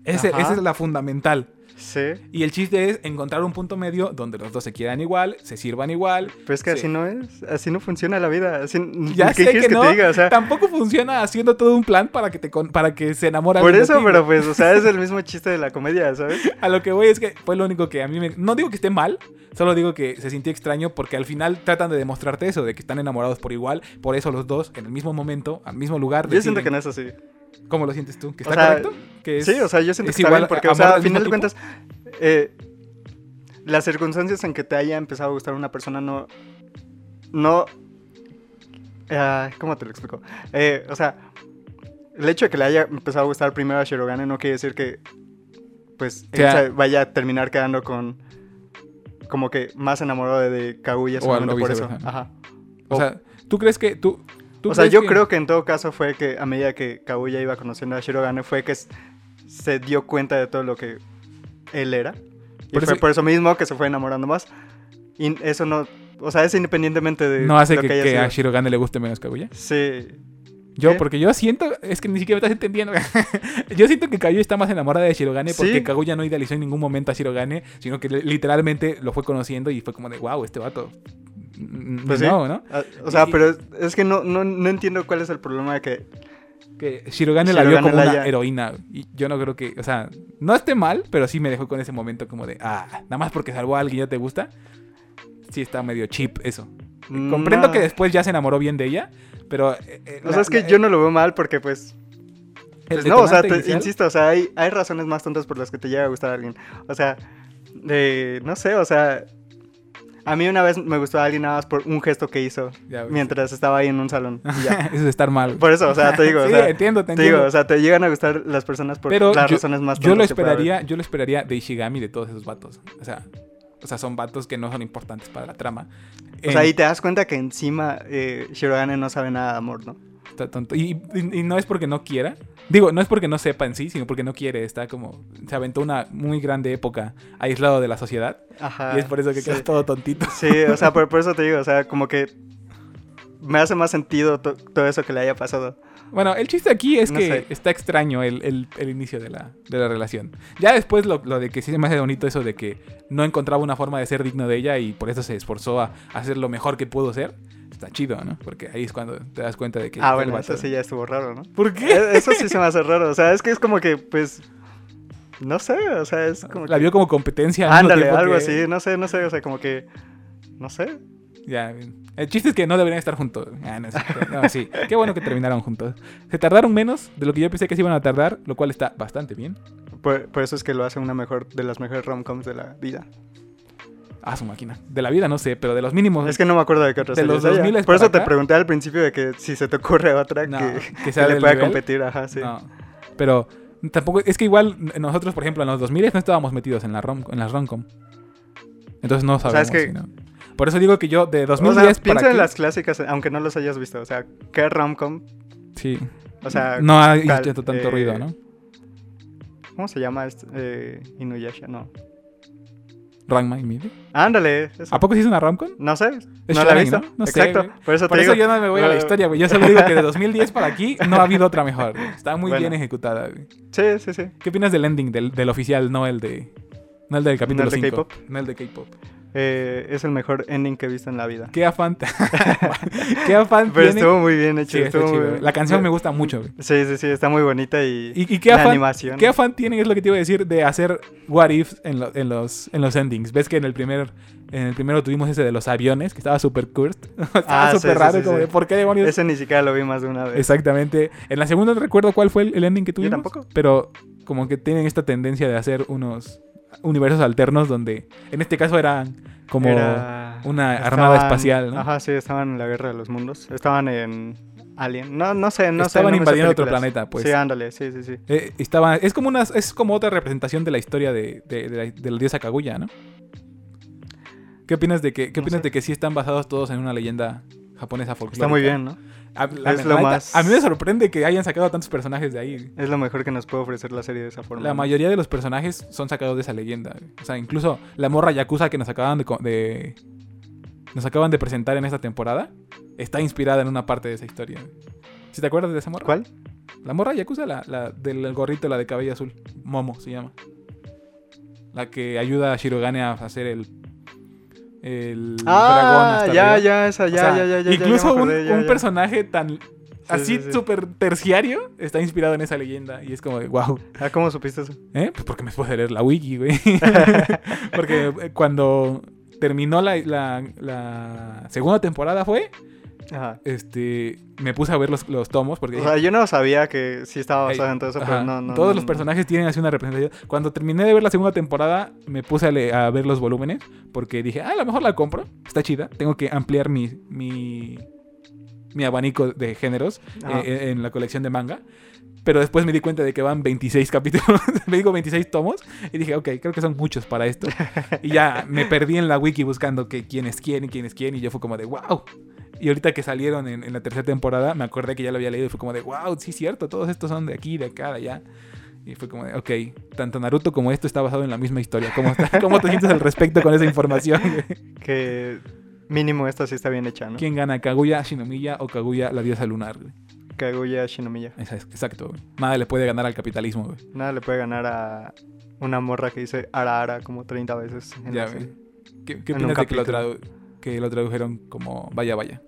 Speaker 1: Ese-
Speaker 2: Ajá.
Speaker 1: esa es la fundamental.
Speaker 2: Sí,
Speaker 1: Y el chiste es encontrar un punto medio donde los dos se quieran igual, se sirvan igual.
Speaker 2: pero es que
Speaker 1: Sí.
Speaker 2: así no es, así no funciona la vida. Así,
Speaker 1: Ya
Speaker 2: ¿Qué
Speaker 1: sé
Speaker 2: quieres
Speaker 1: que,
Speaker 2: que,
Speaker 1: no,
Speaker 2: te diga? O sea,
Speaker 1: tampoco funciona haciendo todo un plan para que te con- para que se enamore
Speaker 2: por
Speaker 1: alguien de
Speaker 2: eso,
Speaker 1: ti,
Speaker 2: pero
Speaker 1: güey.
Speaker 2: pues, o sea, es el mismo chiste de la comedia, ¿sabes?
Speaker 1: a lo que voy es que fue lo único que a mí me no digo que esté mal, solo digo que se sintió extraño porque al final tratan de demostrarte eso de que están enamorados por igual, por eso los dos en el mismo momento, al mismo lugar.
Speaker 2: Yo siento que no
Speaker 1: deciden-
Speaker 2: es así.
Speaker 1: ¿Cómo lo sientes tú? ¿Que
Speaker 2: O
Speaker 1: está
Speaker 2: sea,
Speaker 1: correcto? ¿Que es-
Speaker 2: Sí, o sea, yo siento
Speaker 1: es
Speaker 2: que está
Speaker 1: igual
Speaker 2: bien porque,
Speaker 1: a-
Speaker 2: o sea,
Speaker 1: amor
Speaker 2: al
Speaker 1: del mismo
Speaker 2: final de cuentas, eh, las circunstancias en que te haya empezado a gustar una persona no. No. ah, ¿Cómo te lo explico? Eh, o sea, el hecho de que le haya empezado a gustar primero a Shirogane no quiere decir que. Pues él
Speaker 1: Sea-
Speaker 2: se vaya a terminar quedando con. Como que más enamorado de, de Kaguya
Speaker 1: O
Speaker 2: solamente
Speaker 1: algo
Speaker 2: por eso.
Speaker 1: viceversa, ¿no?
Speaker 2: Ajá.
Speaker 1: o sea, tú crees que tú, tú
Speaker 2: O sea,
Speaker 1: crees
Speaker 2: yo creo que en todo caso fue que a medida que Kaguya iba conociendo a Shirogane fue que s- se dio cuenta de todo lo que él era. Y
Speaker 1: Pero
Speaker 2: fue
Speaker 1: sí-
Speaker 2: por eso mismo que se fue enamorando más. Y eso no, o sea, es independientemente de
Speaker 1: no hace
Speaker 2: lo
Speaker 1: que,
Speaker 2: que, haya
Speaker 1: que
Speaker 2: sido.
Speaker 1: a Shirogane le guste menos Kaguya.
Speaker 2: Sí.
Speaker 1: Yo,
Speaker 2: ¿Qué?
Speaker 1: porque yo siento, es que ni siquiera me estás entendiendo. yo siento que Kaguya está más enamorada de Shirogane porque
Speaker 2: Sí.
Speaker 1: Kaguya no idealizó en ningún momento a Shirogane, sino que li- literalmente lo fue conociendo y fue como de, wow, este vato. mm,
Speaker 2: Pues sí.
Speaker 1: no, ¿no?
Speaker 2: Ah, O sea,
Speaker 1: Y-
Speaker 2: pero es- es que no, no, no entiendo cuál es el problema de que...
Speaker 1: Que Shirogane la vio
Speaker 2: Shirogane
Speaker 1: como
Speaker 2: la
Speaker 1: una
Speaker 2: haya-
Speaker 1: heroína. Y yo no creo que, o sea, no esté mal, pero sí me dejó con ese momento como de, ah, nada más porque salvó a alguien ya te gusta. Sí está medio cheap eso. Comprendo
Speaker 2: Mm, no.
Speaker 1: que después ya se enamoró bien de ella, pero... eh, eh,
Speaker 2: O
Speaker 1: la-
Speaker 2: sea, es que
Speaker 1: la-
Speaker 2: yo no lo veo mal porque pues...
Speaker 1: el
Speaker 2: pues no, o sea,
Speaker 1: detonante
Speaker 2: te-
Speaker 1: inicial-
Speaker 2: insisto, o sea, hay, hay razones más tontas por las que te llega a gustar alguien. O sea, de, no sé, o sea, a mí una vez me gustó a alguien nada más por un gesto que hizo
Speaker 1: Ya ves.
Speaker 2: mientras estaba ahí en un salón. y ya.
Speaker 1: Eso es estar mal.
Speaker 2: Por eso, o sea, te digo, o
Speaker 1: Sí,
Speaker 2: sea,
Speaker 1: entiendo, te
Speaker 2: te digo,
Speaker 1: entiendo.
Speaker 2: o sea, te llegan a gustar las personas por
Speaker 1: Pero
Speaker 2: las
Speaker 1: yo-
Speaker 2: razones más tontas.
Speaker 1: yo lo
Speaker 2: que puede haber.
Speaker 1: esperaría, yo lo esperaría de Ishigami de todos esos vatos. O sea, o sea, son vatos que no son importantes para la trama.
Speaker 2: O sea,
Speaker 1: En-
Speaker 2: y te das cuenta que encima eh, Shirogane no sabe nada de amor, ¿no?
Speaker 1: está tonto. Y, y- y no es porque no quiera. Digo, no es porque no sepa en sí, sino porque no quiere. Está como. Se aventó una muy grande época aislado de la sociedad.
Speaker 2: Ajá.
Speaker 1: y es por eso que
Speaker 2: Ah, sí.
Speaker 1: quedó todo tontito.
Speaker 2: Sí, o sea, por, por eso te digo, o sea, como que me hace más sentido to- todo eso que le haya pasado.
Speaker 1: Bueno, el chiste aquí es
Speaker 2: No
Speaker 1: que
Speaker 2: sé.
Speaker 1: está extraño el, el- el inicio de la, de la relación. Ya después lo, lo de que sí se me hace bonito eso de que no encontraba una forma de ser digno de ella y por eso se esforzó a hacer lo mejor que pudo ser. Está chido, ¿no? Porque ahí es cuando te das cuenta de que...
Speaker 2: Ah,
Speaker 1: el
Speaker 2: bueno,
Speaker 1: vato-
Speaker 2: eso sí ya estuvo raro, ¿no?
Speaker 1: ¿Por qué?
Speaker 2: Eh, Eso sí se me hace raro. O sea, es que es como que, pues. No sé, o sea, es como.
Speaker 1: Ah, La
Speaker 2: que-
Speaker 1: vio como competencia. al mismo
Speaker 2: Ándale,
Speaker 1: tiempo
Speaker 2: algo
Speaker 1: que-
Speaker 2: así. No sé, no sé, o sea, como que. No sé.
Speaker 1: Ya. El chiste es que no deberían estar juntos. Ah, no, es cierto. No, sí. Qué bueno que terminaron juntos. Se tardaron menos de lo que yo pensé que se iban a tardar, lo cual está bastante bien.
Speaker 2: Por, por eso es que lo hace una mejor de las mejores rom-coms de la vida.
Speaker 1: Ah, su máquina. De la vida no sé, pero de los mínimos...
Speaker 2: Es que no me acuerdo de qué otra
Speaker 1: Pues, De
Speaker 2: serie
Speaker 1: los
Speaker 2: es ella.
Speaker 1: 2000
Speaker 2: Por
Speaker 1: para
Speaker 2: eso te
Speaker 1: acá.
Speaker 2: pregunté al principio de que si se te ocurre otra
Speaker 1: No,
Speaker 2: que,
Speaker 1: que
Speaker 2: que
Speaker 1: sea
Speaker 2: le
Speaker 1: del
Speaker 2: pueda
Speaker 1: nivel.
Speaker 2: competir. Ajá, sí.
Speaker 1: No, pero tampoco es que igual nosotros, por ejemplo, en los 2000 no estábamos metidos en la rom en las romcom. Entonces no
Speaker 2: sea,
Speaker 1: sabemos.
Speaker 2: es que-
Speaker 1: si no. Por eso digo que yo de
Speaker 2: O
Speaker 1: 2010
Speaker 2: sea,
Speaker 1: para
Speaker 2: piensa en
Speaker 1: aquí-
Speaker 2: las clásicas, aunque no los hayas visto. O sea, ¿qué rom-com?
Speaker 1: Sí.
Speaker 2: O sea,
Speaker 1: no ha
Speaker 2: cal-
Speaker 1: hecho tanto
Speaker 2: Ah, eh,
Speaker 1: ruido, ¿no?
Speaker 2: ¿cómo se llama este? Eh, Inuyasha, no.
Speaker 1: Rank My Mid.
Speaker 2: Ándale. eso.
Speaker 1: ¿A poco sí es una romcom?
Speaker 2: No sé.
Speaker 1: Es
Speaker 2: No la
Speaker 1: shonen,
Speaker 2: he visto.
Speaker 1: ¿no? No sé,
Speaker 2: Exacto.
Speaker 1: güey.
Speaker 2: por eso te
Speaker 1: Por
Speaker 2: digo.
Speaker 1: eso yo no me voy a la
Speaker 2: eh,
Speaker 1: historia, güey. Yo solo digo que de 2010 para aquí no ha habido otra mejor. güey. Está muy
Speaker 2: Bueno.
Speaker 1: bien ejecutada, güey.
Speaker 2: Sí, sí, sí.
Speaker 1: ¿Qué opinas del ending del, del oficial, no el de no el del capítulo
Speaker 2: de
Speaker 1: 5?
Speaker 2: K-pop?
Speaker 1: No el de K-pop.
Speaker 2: Eh, es el mejor ending que he visto en la vida.
Speaker 1: ¿Qué afán? ¿Qué afán
Speaker 2: Pero
Speaker 1: tiene?
Speaker 2: estuvo muy bien hecho.
Speaker 1: Sí, está
Speaker 2: estuvo muy
Speaker 1: chido,
Speaker 2: bien. Eh,
Speaker 1: güey. La canción me gusta mucho, güey.
Speaker 2: Sí, sí, sí, está muy bonita y,
Speaker 1: ¿Y, y qué,
Speaker 2: la
Speaker 1: afán,
Speaker 2: animación.
Speaker 1: qué afán tienen? Es lo que te iba a decir de hacer what ifs en, lo- en los, en los endings. Ves que en el primer en el primero tuvimos ese de los aviones, que estaba súper cursed. estaba
Speaker 2: Ah, sí,
Speaker 1: súper
Speaker 2: sí,
Speaker 1: raro,
Speaker 2: sí,
Speaker 1: como
Speaker 2: sí.
Speaker 1: de ¿por qué demonios?
Speaker 2: Ese ni siquiera lo vi más de una vez.
Speaker 1: Exactamente. En la segunda no recuerdo cuál fue el, el ending que tuvimos.
Speaker 2: tampoco.
Speaker 1: Pero como que tienen esta tendencia de hacer unos universos alternos donde en este caso eran como
Speaker 2: Era-
Speaker 1: una armada espacial, ¿no?
Speaker 2: Ajá, sí, estaban en la guerra de los mundos. Estaban en Alien. No, no sé, no sé,
Speaker 1: Estaban
Speaker 2: no me sé
Speaker 1: invadiendo otro
Speaker 2: películas.
Speaker 1: planeta, pues.
Speaker 2: Sí, ándale, sí, sí, sí.
Speaker 1: eh, estaba, es como una, es como otra representación de la historia de, de, de la, de la diosa Kaguya, ¿no? ¿Qué opinas de que, qué
Speaker 2: No
Speaker 1: opinas
Speaker 2: sé.
Speaker 1: de que sí están basados todos en una leyenda japonesa folclórica.
Speaker 2: Está muy bien, ¿no?
Speaker 1: A, la-
Speaker 2: Es
Speaker 1: la
Speaker 2: lo
Speaker 1: neta,
Speaker 2: más-
Speaker 1: a mí me sorprende que hayan sacado tantos personajes de ahí.
Speaker 2: Es lo mejor que nos puede ofrecer la serie de esa forma.
Speaker 1: La
Speaker 2: ¿no?
Speaker 1: mayoría de los personajes son sacados de esa leyenda. güey. O sea, incluso la morra yakuza que nos acaban de, co- de- nos acaban de presentar en esta temporada está inspirada en una parte de esa historia. ¿Si te acuerdas de esa morra?
Speaker 2: ¿Cuál?
Speaker 1: La morra yakuza, la, la del gorrito, la de cabello azul. Momo se llama. La que ayuda a Shirogane a hacer el. El dragón
Speaker 2: Ah,
Speaker 1: hasta
Speaker 2: ya,
Speaker 1: arriba.
Speaker 2: ya, esa,
Speaker 1: O
Speaker 2: ya,
Speaker 1: sea,
Speaker 2: ya, ya, ya.
Speaker 1: Incluso
Speaker 2: ya me
Speaker 1: un,
Speaker 2: acordé, ya,
Speaker 1: un
Speaker 2: ya.
Speaker 1: personaje tan. así
Speaker 2: sí, sí.
Speaker 1: súper terciario está inspirado en esa leyenda. Y es como de wow.
Speaker 2: Ah, ¿cómo supiste eso?
Speaker 1: ¿Eh? Pues porque me puedo leer la wiki, güey. porque eh, cuando terminó la, la- la segunda temporada fue.
Speaker 2: Ajá.
Speaker 1: Este. Me puse a ver los, los tomos. Porque
Speaker 2: O
Speaker 1: dije,
Speaker 2: sea, yo no sabía que sí estaba
Speaker 1: Ey,
Speaker 2: basado en todo eso,
Speaker 1: ajá.
Speaker 2: pero no, no.
Speaker 1: Todos
Speaker 2: no,
Speaker 1: los
Speaker 2: no.
Speaker 1: personajes tienen así una representación. Cuando terminé de ver la segunda temporada, me puse a, le- a ver los volúmenes porque dije, ah, a lo mejor la compro. Está chida. Tengo que ampliar mi, mi, mi abanico de géneros
Speaker 2: Ajá.
Speaker 1: eh, en la colección de manga. Pero después me di cuenta de que van 26 capítulos, me digo 26 tomos, y dije, ok, creo que son muchos para esto. Y ya me perdí en la wiki buscando que quién es quién y quién es quién, y yo fue como de, wow. Y ahorita que salieron en, en la tercera temporada, me acordé que ya lo había leído y fue como de, wow, sí, cierto, todos estos son de aquí, de acá, de allá. Y fue como de, ok, tanto Naruto como esto está basado en la misma historia. ¿Cómo, está- cómo te sientes al respecto con esa información?
Speaker 2: Que mínimo esta sí está bien hecha, ¿no?
Speaker 1: eh. ¿Quién gana, Kaguya, Shinomiya o Kaguya, la diosa lunar? güey?
Speaker 2: Kaguya Shinomiya.
Speaker 1: Esa es- exacto. güey. Nada le puede ganar al capitalismo, güey.
Speaker 2: Nada le puede ganar a una morra que dice ara ara como 30 veces. en
Speaker 1: Ya,
Speaker 2: la serie.
Speaker 1: güey. ¿Qué, qué
Speaker 2: En un
Speaker 1: opinas de que lo,
Speaker 2: capítulo.
Speaker 1: tradu- que lo tradujeron como vaya, vaya?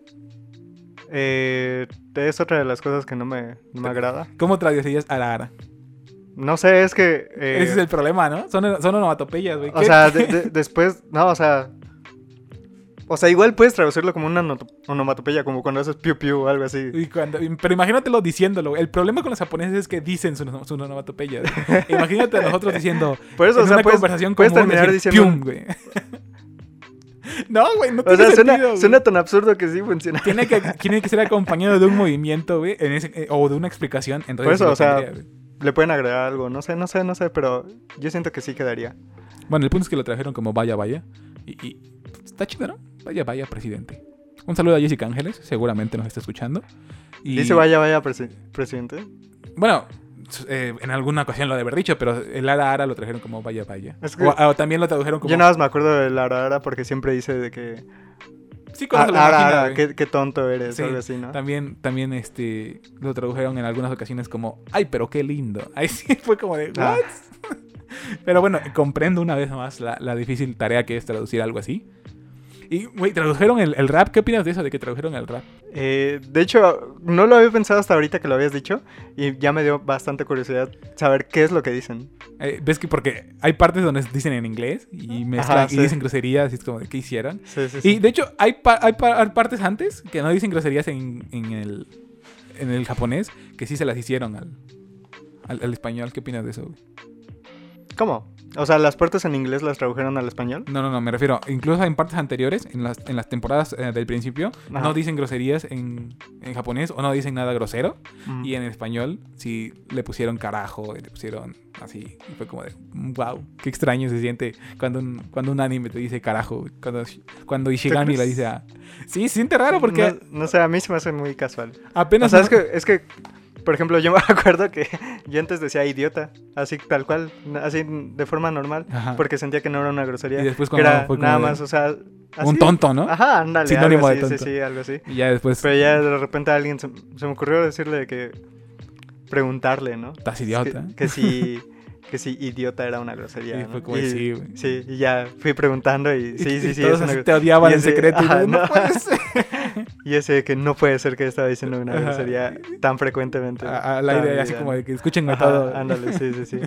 Speaker 2: Eh, es otra de las cosas que no me, no me agrada.
Speaker 1: ¿Cómo traducirías ara ara?
Speaker 2: No sé, es que. eh,
Speaker 1: Ese es el problema, ¿no? Son, son onomatopeyas, güey.
Speaker 2: O
Speaker 1: ¿Qué-
Speaker 2: sea,
Speaker 1: qué?
Speaker 2: de- de- después, no, o sea. O sea, igual puedes traducirlo como una ono- onomatopeya, como cuando haces piu piu o algo así.
Speaker 1: Y cuando- pero imagínatelo diciéndolo. güey. El problema con los japoneses es que dicen sus sus onomatopeyas. güey. Imagínate a nosotros diciendo.
Speaker 2: Por eso,
Speaker 1: en
Speaker 2: o sea,
Speaker 1: una
Speaker 2: puedes,
Speaker 1: conversación
Speaker 2: puedes
Speaker 1: común,
Speaker 2: terminar
Speaker 1: decir,
Speaker 2: diciendo.
Speaker 1: "Pium", güey. no, güey, no
Speaker 2: o
Speaker 1: tiene
Speaker 2: sea,
Speaker 1: sentido.
Speaker 2: suena,
Speaker 1: güey.
Speaker 2: suena tan absurdo que sí funciona.
Speaker 1: Tiene que, tiene que ser acompañado de un movimiento, güey, en ese- eh, o de una explicación. Entonces,
Speaker 2: Por eso,
Speaker 1: sí lo
Speaker 2: o sea,
Speaker 1: tendría, güey.
Speaker 2: Le pueden agregar algo, no sé, no sé, no sé, pero yo siento que sí quedaría.
Speaker 1: Bueno, el punto es que lo trajeron como vaya, vaya. Y, y está chido, ¿no? Vaya, vaya, presidente. Un saludo a Jessica Ángeles, seguramente nos está escuchando. Y,
Speaker 2: Dice vaya, vaya, presi- presidente.
Speaker 1: Bueno, s- eh, en alguna ocasión lo ha de haber dicho, pero el ara ara lo trajeron como vaya, vaya.
Speaker 2: Es que-
Speaker 1: o, ah, o también lo tradujeron como...
Speaker 2: Yo nada más me acuerdo de la ara ara porque siempre dice de que.
Speaker 1: Sí,
Speaker 2: "Ah,
Speaker 1: cuando se lo
Speaker 2: ara,
Speaker 1: imagina,
Speaker 2: ara,
Speaker 1: güey.
Speaker 2: qué, qué tonto eres,
Speaker 1: Sí,
Speaker 2: o algo así, ¿no?
Speaker 1: También, también este, lo tradujeron en algunas ocasiones como, ay, pero qué lindo. Ahí sí fue como de,
Speaker 2: Ah.
Speaker 1: ¿what? Pero bueno, comprendo una vez más la, la difícil tarea que es traducir algo así. Y, güey, tradujeron el, el rap. ¿Qué opinas de eso, de que tradujeron el rap?
Speaker 2: Eh, de hecho, no lo había pensado hasta ahorita que lo habías dicho y ya me dio bastante curiosidad saber qué es lo que dicen.
Speaker 1: Eh, ¿Ves que porque hay partes donde dicen en inglés y mezclan
Speaker 2: Ajá,
Speaker 1: y
Speaker 2: sí.
Speaker 1: dicen groserías y es como de qué hicieron?
Speaker 2: Sí, sí,
Speaker 1: Y de hecho hay, pa- hay pa- hay partes antes que no dicen groserías en, en el, en el japonés que sí se las hicieron al, al, al español. ¿Qué opinas de eso? güey?
Speaker 2: ¿Cómo? O sea, las puertas en inglés las tradujeron al español.
Speaker 1: No, no, no, me refiero. Incluso en partes anteriores, en las, en las temporadas eh, del principio,
Speaker 2: Ajá.
Speaker 1: no dicen groserías en, en japonés o no dicen nada grosero.
Speaker 2: Mm.
Speaker 1: Y en español sí le pusieron carajo, y le pusieron así. Y fue como de, wow, qué extraño se siente cuando un, cuando un anime te dice carajo. güey. Cuando, cuando Ishigami
Speaker 2: crees?
Speaker 1: le dice a... Sí, se siente raro porque
Speaker 2: No, no sé, a mí se me hace muy casual. O
Speaker 1: apenas...
Speaker 2: sea,
Speaker 1: no-
Speaker 2: es que, es que, por ejemplo, yo me acuerdo que yo antes decía idiota, así tal cual, na- así de forma normal,
Speaker 1: Ajá.
Speaker 2: porque sentía que no era una grosería.
Speaker 1: Y después
Speaker 2: que
Speaker 1: cuando
Speaker 2: era
Speaker 1: fue como
Speaker 2: nada
Speaker 1: de-
Speaker 2: más, o sea... así.
Speaker 1: Un tonto, ¿no?
Speaker 2: Ajá, ándale,
Speaker 1: Sinónimo
Speaker 2: algo
Speaker 1: de
Speaker 2: así, sí,
Speaker 1: tonto.
Speaker 2: sí, algo así.
Speaker 1: Y ya después...
Speaker 2: Pero ya de repente a alguien se, se me ocurrió decirle que... Preguntarle, ¿no?
Speaker 1: Estás idiota.
Speaker 2: Que, que si... Que si idiota era una grosería.
Speaker 1: Y
Speaker 2: ¿no?
Speaker 1: fue como,
Speaker 2: Y-
Speaker 1: sí, güey.
Speaker 2: Sí, y ya fui preguntando y sí,
Speaker 1: Y-
Speaker 2: sí,
Speaker 1: y
Speaker 2: sí.
Speaker 1: todos
Speaker 2: es una
Speaker 1: así
Speaker 2: gro-
Speaker 1: te odiaban
Speaker 2: y
Speaker 1: en
Speaker 2: ese-
Speaker 1: secreto. y
Speaker 2: ajá,
Speaker 1: tú, no.
Speaker 2: no.
Speaker 1: puede ser".
Speaker 2: Y ese de que no puede ser que estaba diciendo una
Speaker 1: Ajá.
Speaker 2: grosería tan frecuentemente.
Speaker 1: A- Al aire,
Speaker 2: toda mi
Speaker 1: así
Speaker 2: vida,
Speaker 1: como
Speaker 2: ¿no?
Speaker 1: de que escuchen
Speaker 2: Ajá,
Speaker 1: todo.
Speaker 2: ándale, sí, sí, sí.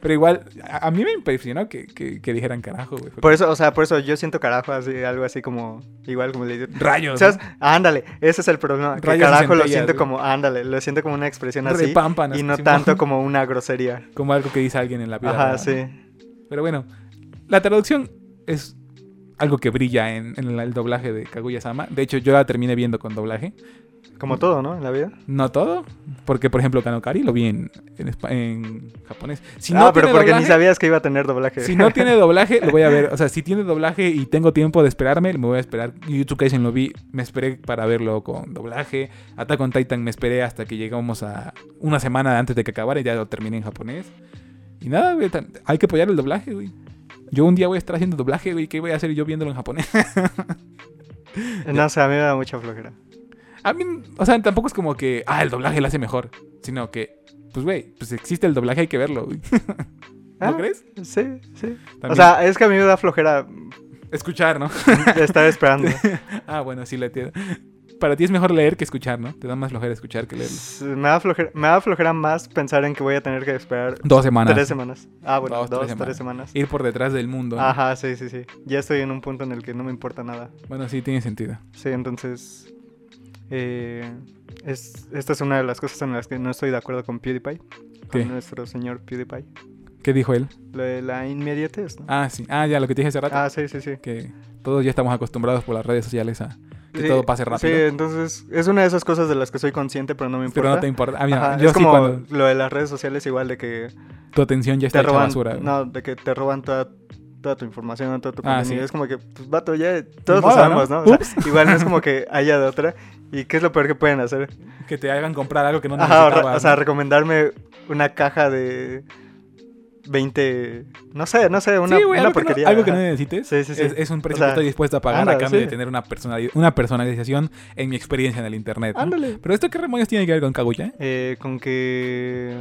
Speaker 1: Pero igual, a, a mí me impresionó que, que, que dijeran carajo, güey. Fue
Speaker 2: Por eso, o sea, por eso yo siento carajo, así, algo así como, igual como le digo.
Speaker 1: como, Rayos.
Speaker 2: ¿Sabes? Ándale, ese es el problema. Que
Speaker 1: Rayos y
Speaker 2: carajo lo
Speaker 1: centellas,
Speaker 2: siento
Speaker 1: güey.
Speaker 2: como, ándale, lo siento como una expresión
Speaker 1: ¿no?
Speaker 2: así
Speaker 1: Repámpanos,
Speaker 2: y no
Speaker 1: Simón.
Speaker 2: tanto como una grosería.
Speaker 1: Como algo que dice alguien en la vida.
Speaker 2: Ajá,
Speaker 1: real, ¿no?
Speaker 2: sí.
Speaker 1: Pero bueno, la traducción es algo que brilla en, en el doblaje de Kaguya-sama. De hecho, yo la terminé viendo con doblaje.
Speaker 2: Como todo, ¿no? En la vida.
Speaker 1: No todo, porque por ejemplo Kanokari lo vi en, en espa- en japonés. Si
Speaker 2: ah, pero
Speaker 1: tiene
Speaker 2: porque ni
Speaker 1: doblaje-
Speaker 2: sabías que iba a tener doblaje.
Speaker 1: Si no tiene doblaje, lo voy a ver. O sea, si tiene doblaje y tengo tiempo de esperarme, me voy a esperar. Jujutsu Kaisen lo vi, me esperé para verlo con doblaje. Attack on Titan me esperé hasta que llegamos a una semana antes de que acabara y ya lo terminé en japonés. Y nada, güey, tan- hay que apoyar el doblaje, güey. Yo un día voy a estar haciendo doblaje, güey. ¿Qué voy a hacer yo viéndolo en japonés?
Speaker 2: no sé, a mí me da mucha flojera.
Speaker 1: A mí, o sea, tampoco es como que, ah, el doblaje lo hace mejor. Sino que, pues, güey, pues existe el doblaje, hay que verlo, güey. ¿No
Speaker 2: Ah,
Speaker 1: crees?
Speaker 2: Sí, sí.
Speaker 1: También
Speaker 2: O sea, es que a mí me da flojera
Speaker 1: escuchar, ¿no?
Speaker 2: de estar esperando.
Speaker 1: Ah, bueno, sí, la entiendo. Para ti es mejor leer que escuchar, ¿no? Te da más flojera escuchar que leerlo.
Speaker 2: S- me, da flojera, me da flojera más pensar en que voy a tener que esperar
Speaker 1: Dos semanas.
Speaker 2: tres semanas. Ah, bueno,
Speaker 1: Dos,
Speaker 2: dos,
Speaker 1: tres
Speaker 2: tres, semanas.
Speaker 1: Ir por detrás del mundo. ¿no?
Speaker 2: Ajá, sí, sí, sí. Ya estoy en un punto en el que no me importa nada.
Speaker 1: Bueno, sí, tiene sentido.
Speaker 2: Sí, entonces. eh, es, esta es una de las cosas en las que no estoy de acuerdo con PewDiePie.
Speaker 1: ¿Qué?
Speaker 2: Con nuestro señor PewDiePie.
Speaker 1: ¿Qué dijo él?
Speaker 2: Lo de la inmediatez, ¿no?
Speaker 1: Ah, sí. Ah, ya, lo que te dije hace rato.
Speaker 2: Ah, sí, sí, sí.
Speaker 1: Que todos ya estamos acostumbrados por las redes sociales a... Que
Speaker 2: Sí,
Speaker 1: todo pase rápido.
Speaker 2: Sí, entonces es una de esas cosas de las que soy consciente, pero no me
Speaker 1: Pero
Speaker 2: importa.
Speaker 1: no te importa. Ah, mira,
Speaker 2: Ajá,
Speaker 1: yo
Speaker 2: es
Speaker 1: sí
Speaker 2: como
Speaker 1: cuando
Speaker 2: lo de las redes sociales igual de que
Speaker 1: tu atención ya está
Speaker 2: te
Speaker 1: hecha
Speaker 2: roban,
Speaker 1: basura. güey.
Speaker 2: no, de que te roban toda, toda tu información, todo tu
Speaker 1: Ah,
Speaker 2: contenido.
Speaker 1: sí.
Speaker 2: Es como que, pues, vato, ya todos lo
Speaker 1: modo, ¿no?
Speaker 2: sabemos, ¿no? O sea, igual no es como que haya de otra. ¿Y qué es lo peor que pueden hacer?
Speaker 1: Que te hagan comprar algo que no
Speaker 2: Ajá, o, re-
Speaker 1: necesitabas.
Speaker 2: o sea,
Speaker 1: ¿no?
Speaker 2: recomendarme una caja de 20, no sé, no sé, una,
Speaker 1: sí, güey, algo,
Speaker 2: una
Speaker 1: que no-
Speaker 2: porquería.
Speaker 1: algo que no
Speaker 2: ajá.
Speaker 1: necesites.
Speaker 2: Sí, sí, sí.
Speaker 1: Es, es un precio
Speaker 2: O sea,
Speaker 1: que estoy dispuesto a pagar a
Speaker 2: anda,
Speaker 1: cambio de
Speaker 2: sí.
Speaker 1: tener una, personali- una personalización en mi experiencia en el internet. ¿no?
Speaker 2: Ándale.
Speaker 1: Pero esto qué remonios tiene que ver con Kaguya? eh?
Speaker 2: Eh, con que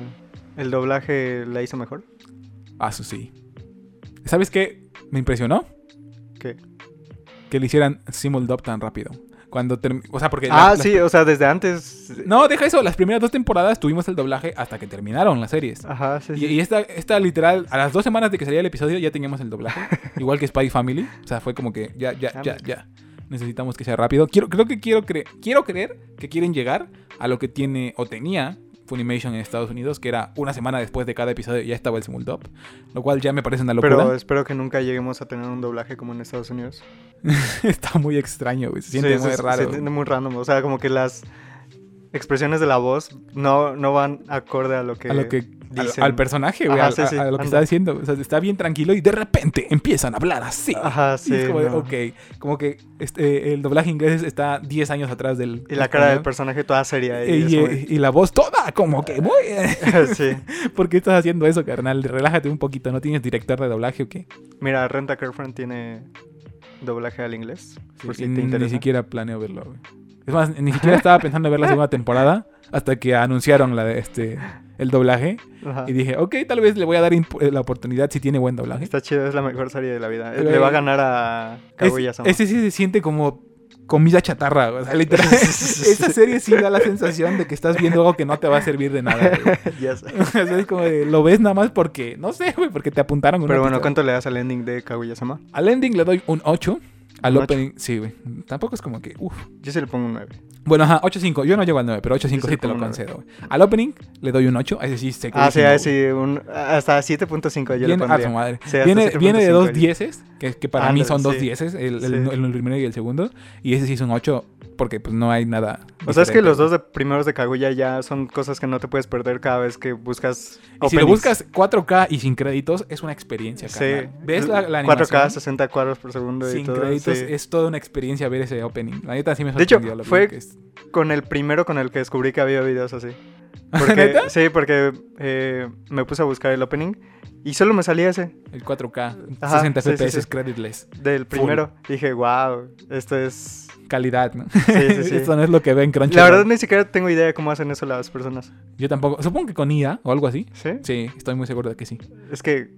Speaker 2: el doblaje la hizo mejor.
Speaker 1: Ah, su sí. ¿Sabes qué? Me impresionó
Speaker 2: ¿Qué?
Speaker 1: que le hicieran Simul Dub tan rápido. Cuando term- O sea, porque. la-
Speaker 2: Ah,
Speaker 1: las-
Speaker 2: sí, o sea, desde antes.
Speaker 1: No, deja eso. Las primeras dos temporadas tuvimos el doblaje hasta que terminaron las series.
Speaker 2: Ajá, sí,
Speaker 1: Y,
Speaker 2: sí.
Speaker 1: y esta, esta literal, a las dos semanas de que salía el episodio ya teníamos el doblaje. Igual que Spy Family. O sea, fue como que ya, ya, ya, ya. Necesitamos que sea rápido. Quiero, creo que quiero, cre- quiero creer que quieren llegar a lo que tiene o tenía Funimation en Estados Unidos, que era una semana después de cada episodio ya estaba el simuldub. Lo cual ya me parece una locura.
Speaker 2: Pero espero que nunca lleguemos a tener un doblaje como en Estados Unidos.
Speaker 1: Está muy extraño, güey. Se siente
Speaker 2: Sí,
Speaker 1: muy
Speaker 2: se- se-
Speaker 1: raro.
Speaker 2: Se siente muy random. O sea, como que las expresiones de la voz no, no van acorde a lo que.
Speaker 1: a lo que al-
Speaker 2: dicen.
Speaker 1: al, personaje, güey,
Speaker 2: Ajá,
Speaker 1: al-
Speaker 2: sí,
Speaker 1: a,
Speaker 2: sí,
Speaker 1: a lo que
Speaker 2: anda.
Speaker 1: está diciendo. O sea, está bien tranquilo y de repente empiezan a hablar así.
Speaker 2: Ajá,
Speaker 1: Y
Speaker 2: sí.
Speaker 1: es como, de,
Speaker 2: no.
Speaker 1: ok, como que este, el doblaje inglés está 10 años atrás del...
Speaker 2: Y la cara del
Speaker 1: español.
Speaker 2: personaje toda seria.
Speaker 1: Eh,
Speaker 2: Y,
Speaker 1: Y, eh, y la voz toda, como que muy...
Speaker 2: es muy- sí.
Speaker 1: ¿Por qué estás haciendo eso, carnal? Relájate un poquito, ¿no tienes director de doblaje o qué?
Speaker 2: Mira, Renta Girlfriend tiene doblaje al inglés. por
Speaker 1: Y
Speaker 2: si te
Speaker 1: ni
Speaker 2: interesa.
Speaker 1: siquiera planeo verlo, güey. Es más, ni siquiera estaba pensando en ver la segunda temporada hasta que anunciaron la de este, el doblaje.
Speaker 2: Ajá.
Speaker 1: Y dije, ok, tal vez le voy a dar imp- eh, la oportunidad si tiene buen doblaje.
Speaker 2: Está chido, es la mejor serie de la vida.
Speaker 1: Pero,
Speaker 2: Le va a
Speaker 1: eh,
Speaker 2: ganar a Kaguya-sama.
Speaker 1: ese sí se siente como comida chatarra, güey, o sea, literal. Esa serie sí da la sensación de que estás viendo algo que no te va a servir de nada. güey.
Speaker 2: Ya sé.
Speaker 1: O sea, es como de, lo ves nada más porque, no sé, güey, porque te apuntaron. un
Speaker 2: Pero bueno,
Speaker 1: episodio.
Speaker 2: ¿cuánto le das al ending de Kaguya-sama?
Speaker 1: Al ending le doy un 8. Al
Speaker 2: Un ocho.
Speaker 1: opening, sí, güey. Tampoco es como que, uff.
Speaker 2: Yo se le pongo un 9.
Speaker 1: Bueno, ajá, 8.5. Yo no llego al 9, pero 8.5
Speaker 2: Yo
Speaker 1: sí
Speaker 2: sí
Speaker 1: te lo
Speaker 2: como nueve.
Speaker 1: concedo. güey. Al opening le doy un 8. A ese sí se
Speaker 2: Ah, sí, ah, sí, un, hasta 7.5 yo le
Speaker 1: Viene, ah, su
Speaker 2: pondría.
Speaker 1: madre.
Speaker 2: Sí, hasta
Speaker 1: viene,
Speaker 2: 7.5
Speaker 1: viene de dos
Speaker 2: yo.
Speaker 1: dieces, que, que para mí
Speaker 2: Ándale,
Speaker 1: son dos
Speaker 2: sí.
Speaker 1: dieces, el, el-
Speaker 2: Sí.
Speaker 1: el primero y el segundo. Y ese sí es un 8, porque pues no hay nada.
Speaker 2: O sea, es que
Speaker 1: diferente.
Speaker 2: los dos de primeros de Kaguya ya son cosas que no te puedes perder cada vez que buscas
Speaker 1: Y si lo
Speaker 2: openings.
Speaker 1: buscas 4K y sin créditos, es una experiencia.
Speaker 2: sí.
Speaker 1: carnal. ¿Ves la, la
Speaker 2: 4K,
Speaker 1: animación?
Speaker 2: 60 cuadros por segundo y
Speaker 1: sin
Speaker 2: todo.
Speaker 1: créditos
Speaker 2: sí.
Speaker 1: es toda una experiencia ver ese opening. La neta sí me
Speaker 2: De hecho,
Speaker 1: sorprendió. lo bien
Speaker 2: fue-
Speaker 1: que es.
Speaker 2: Con el primero con el que descubrí que había videos así. Porque,
Speaker 1: ¿Neta?
Speaker 2: sí, porque eh, me puse a buscar el opening y solo me salía ese,
Speaker 1: el 4K,
Speaker 2: Ajá,
Speaker 1: 60
Speaker 2: sí, sí,
Speaker 1: FPS,
Speaker 2: sí.
Speaker 1: es creditless.
Speaker 2: del
Speaker 1: Full.
Speaker 2: primero. Dije, wow, esto es...
Speaker 1: Calidad, ¿no?
Speaker 2: Sí, sí, sí.
Speaker 1: Esto no es lo que ven Crunchyroll.
Speaker 2: La verdad ni siquiera tengo idea de cómo hacen eso las personas.
Speaker 1: Yo tampoco. Supongo que con IA o algo así.
Speaker 2: ¿Sí?
Speaker 1: Sí, estoy muy seguro de que sí.
Speaker 2: Es que,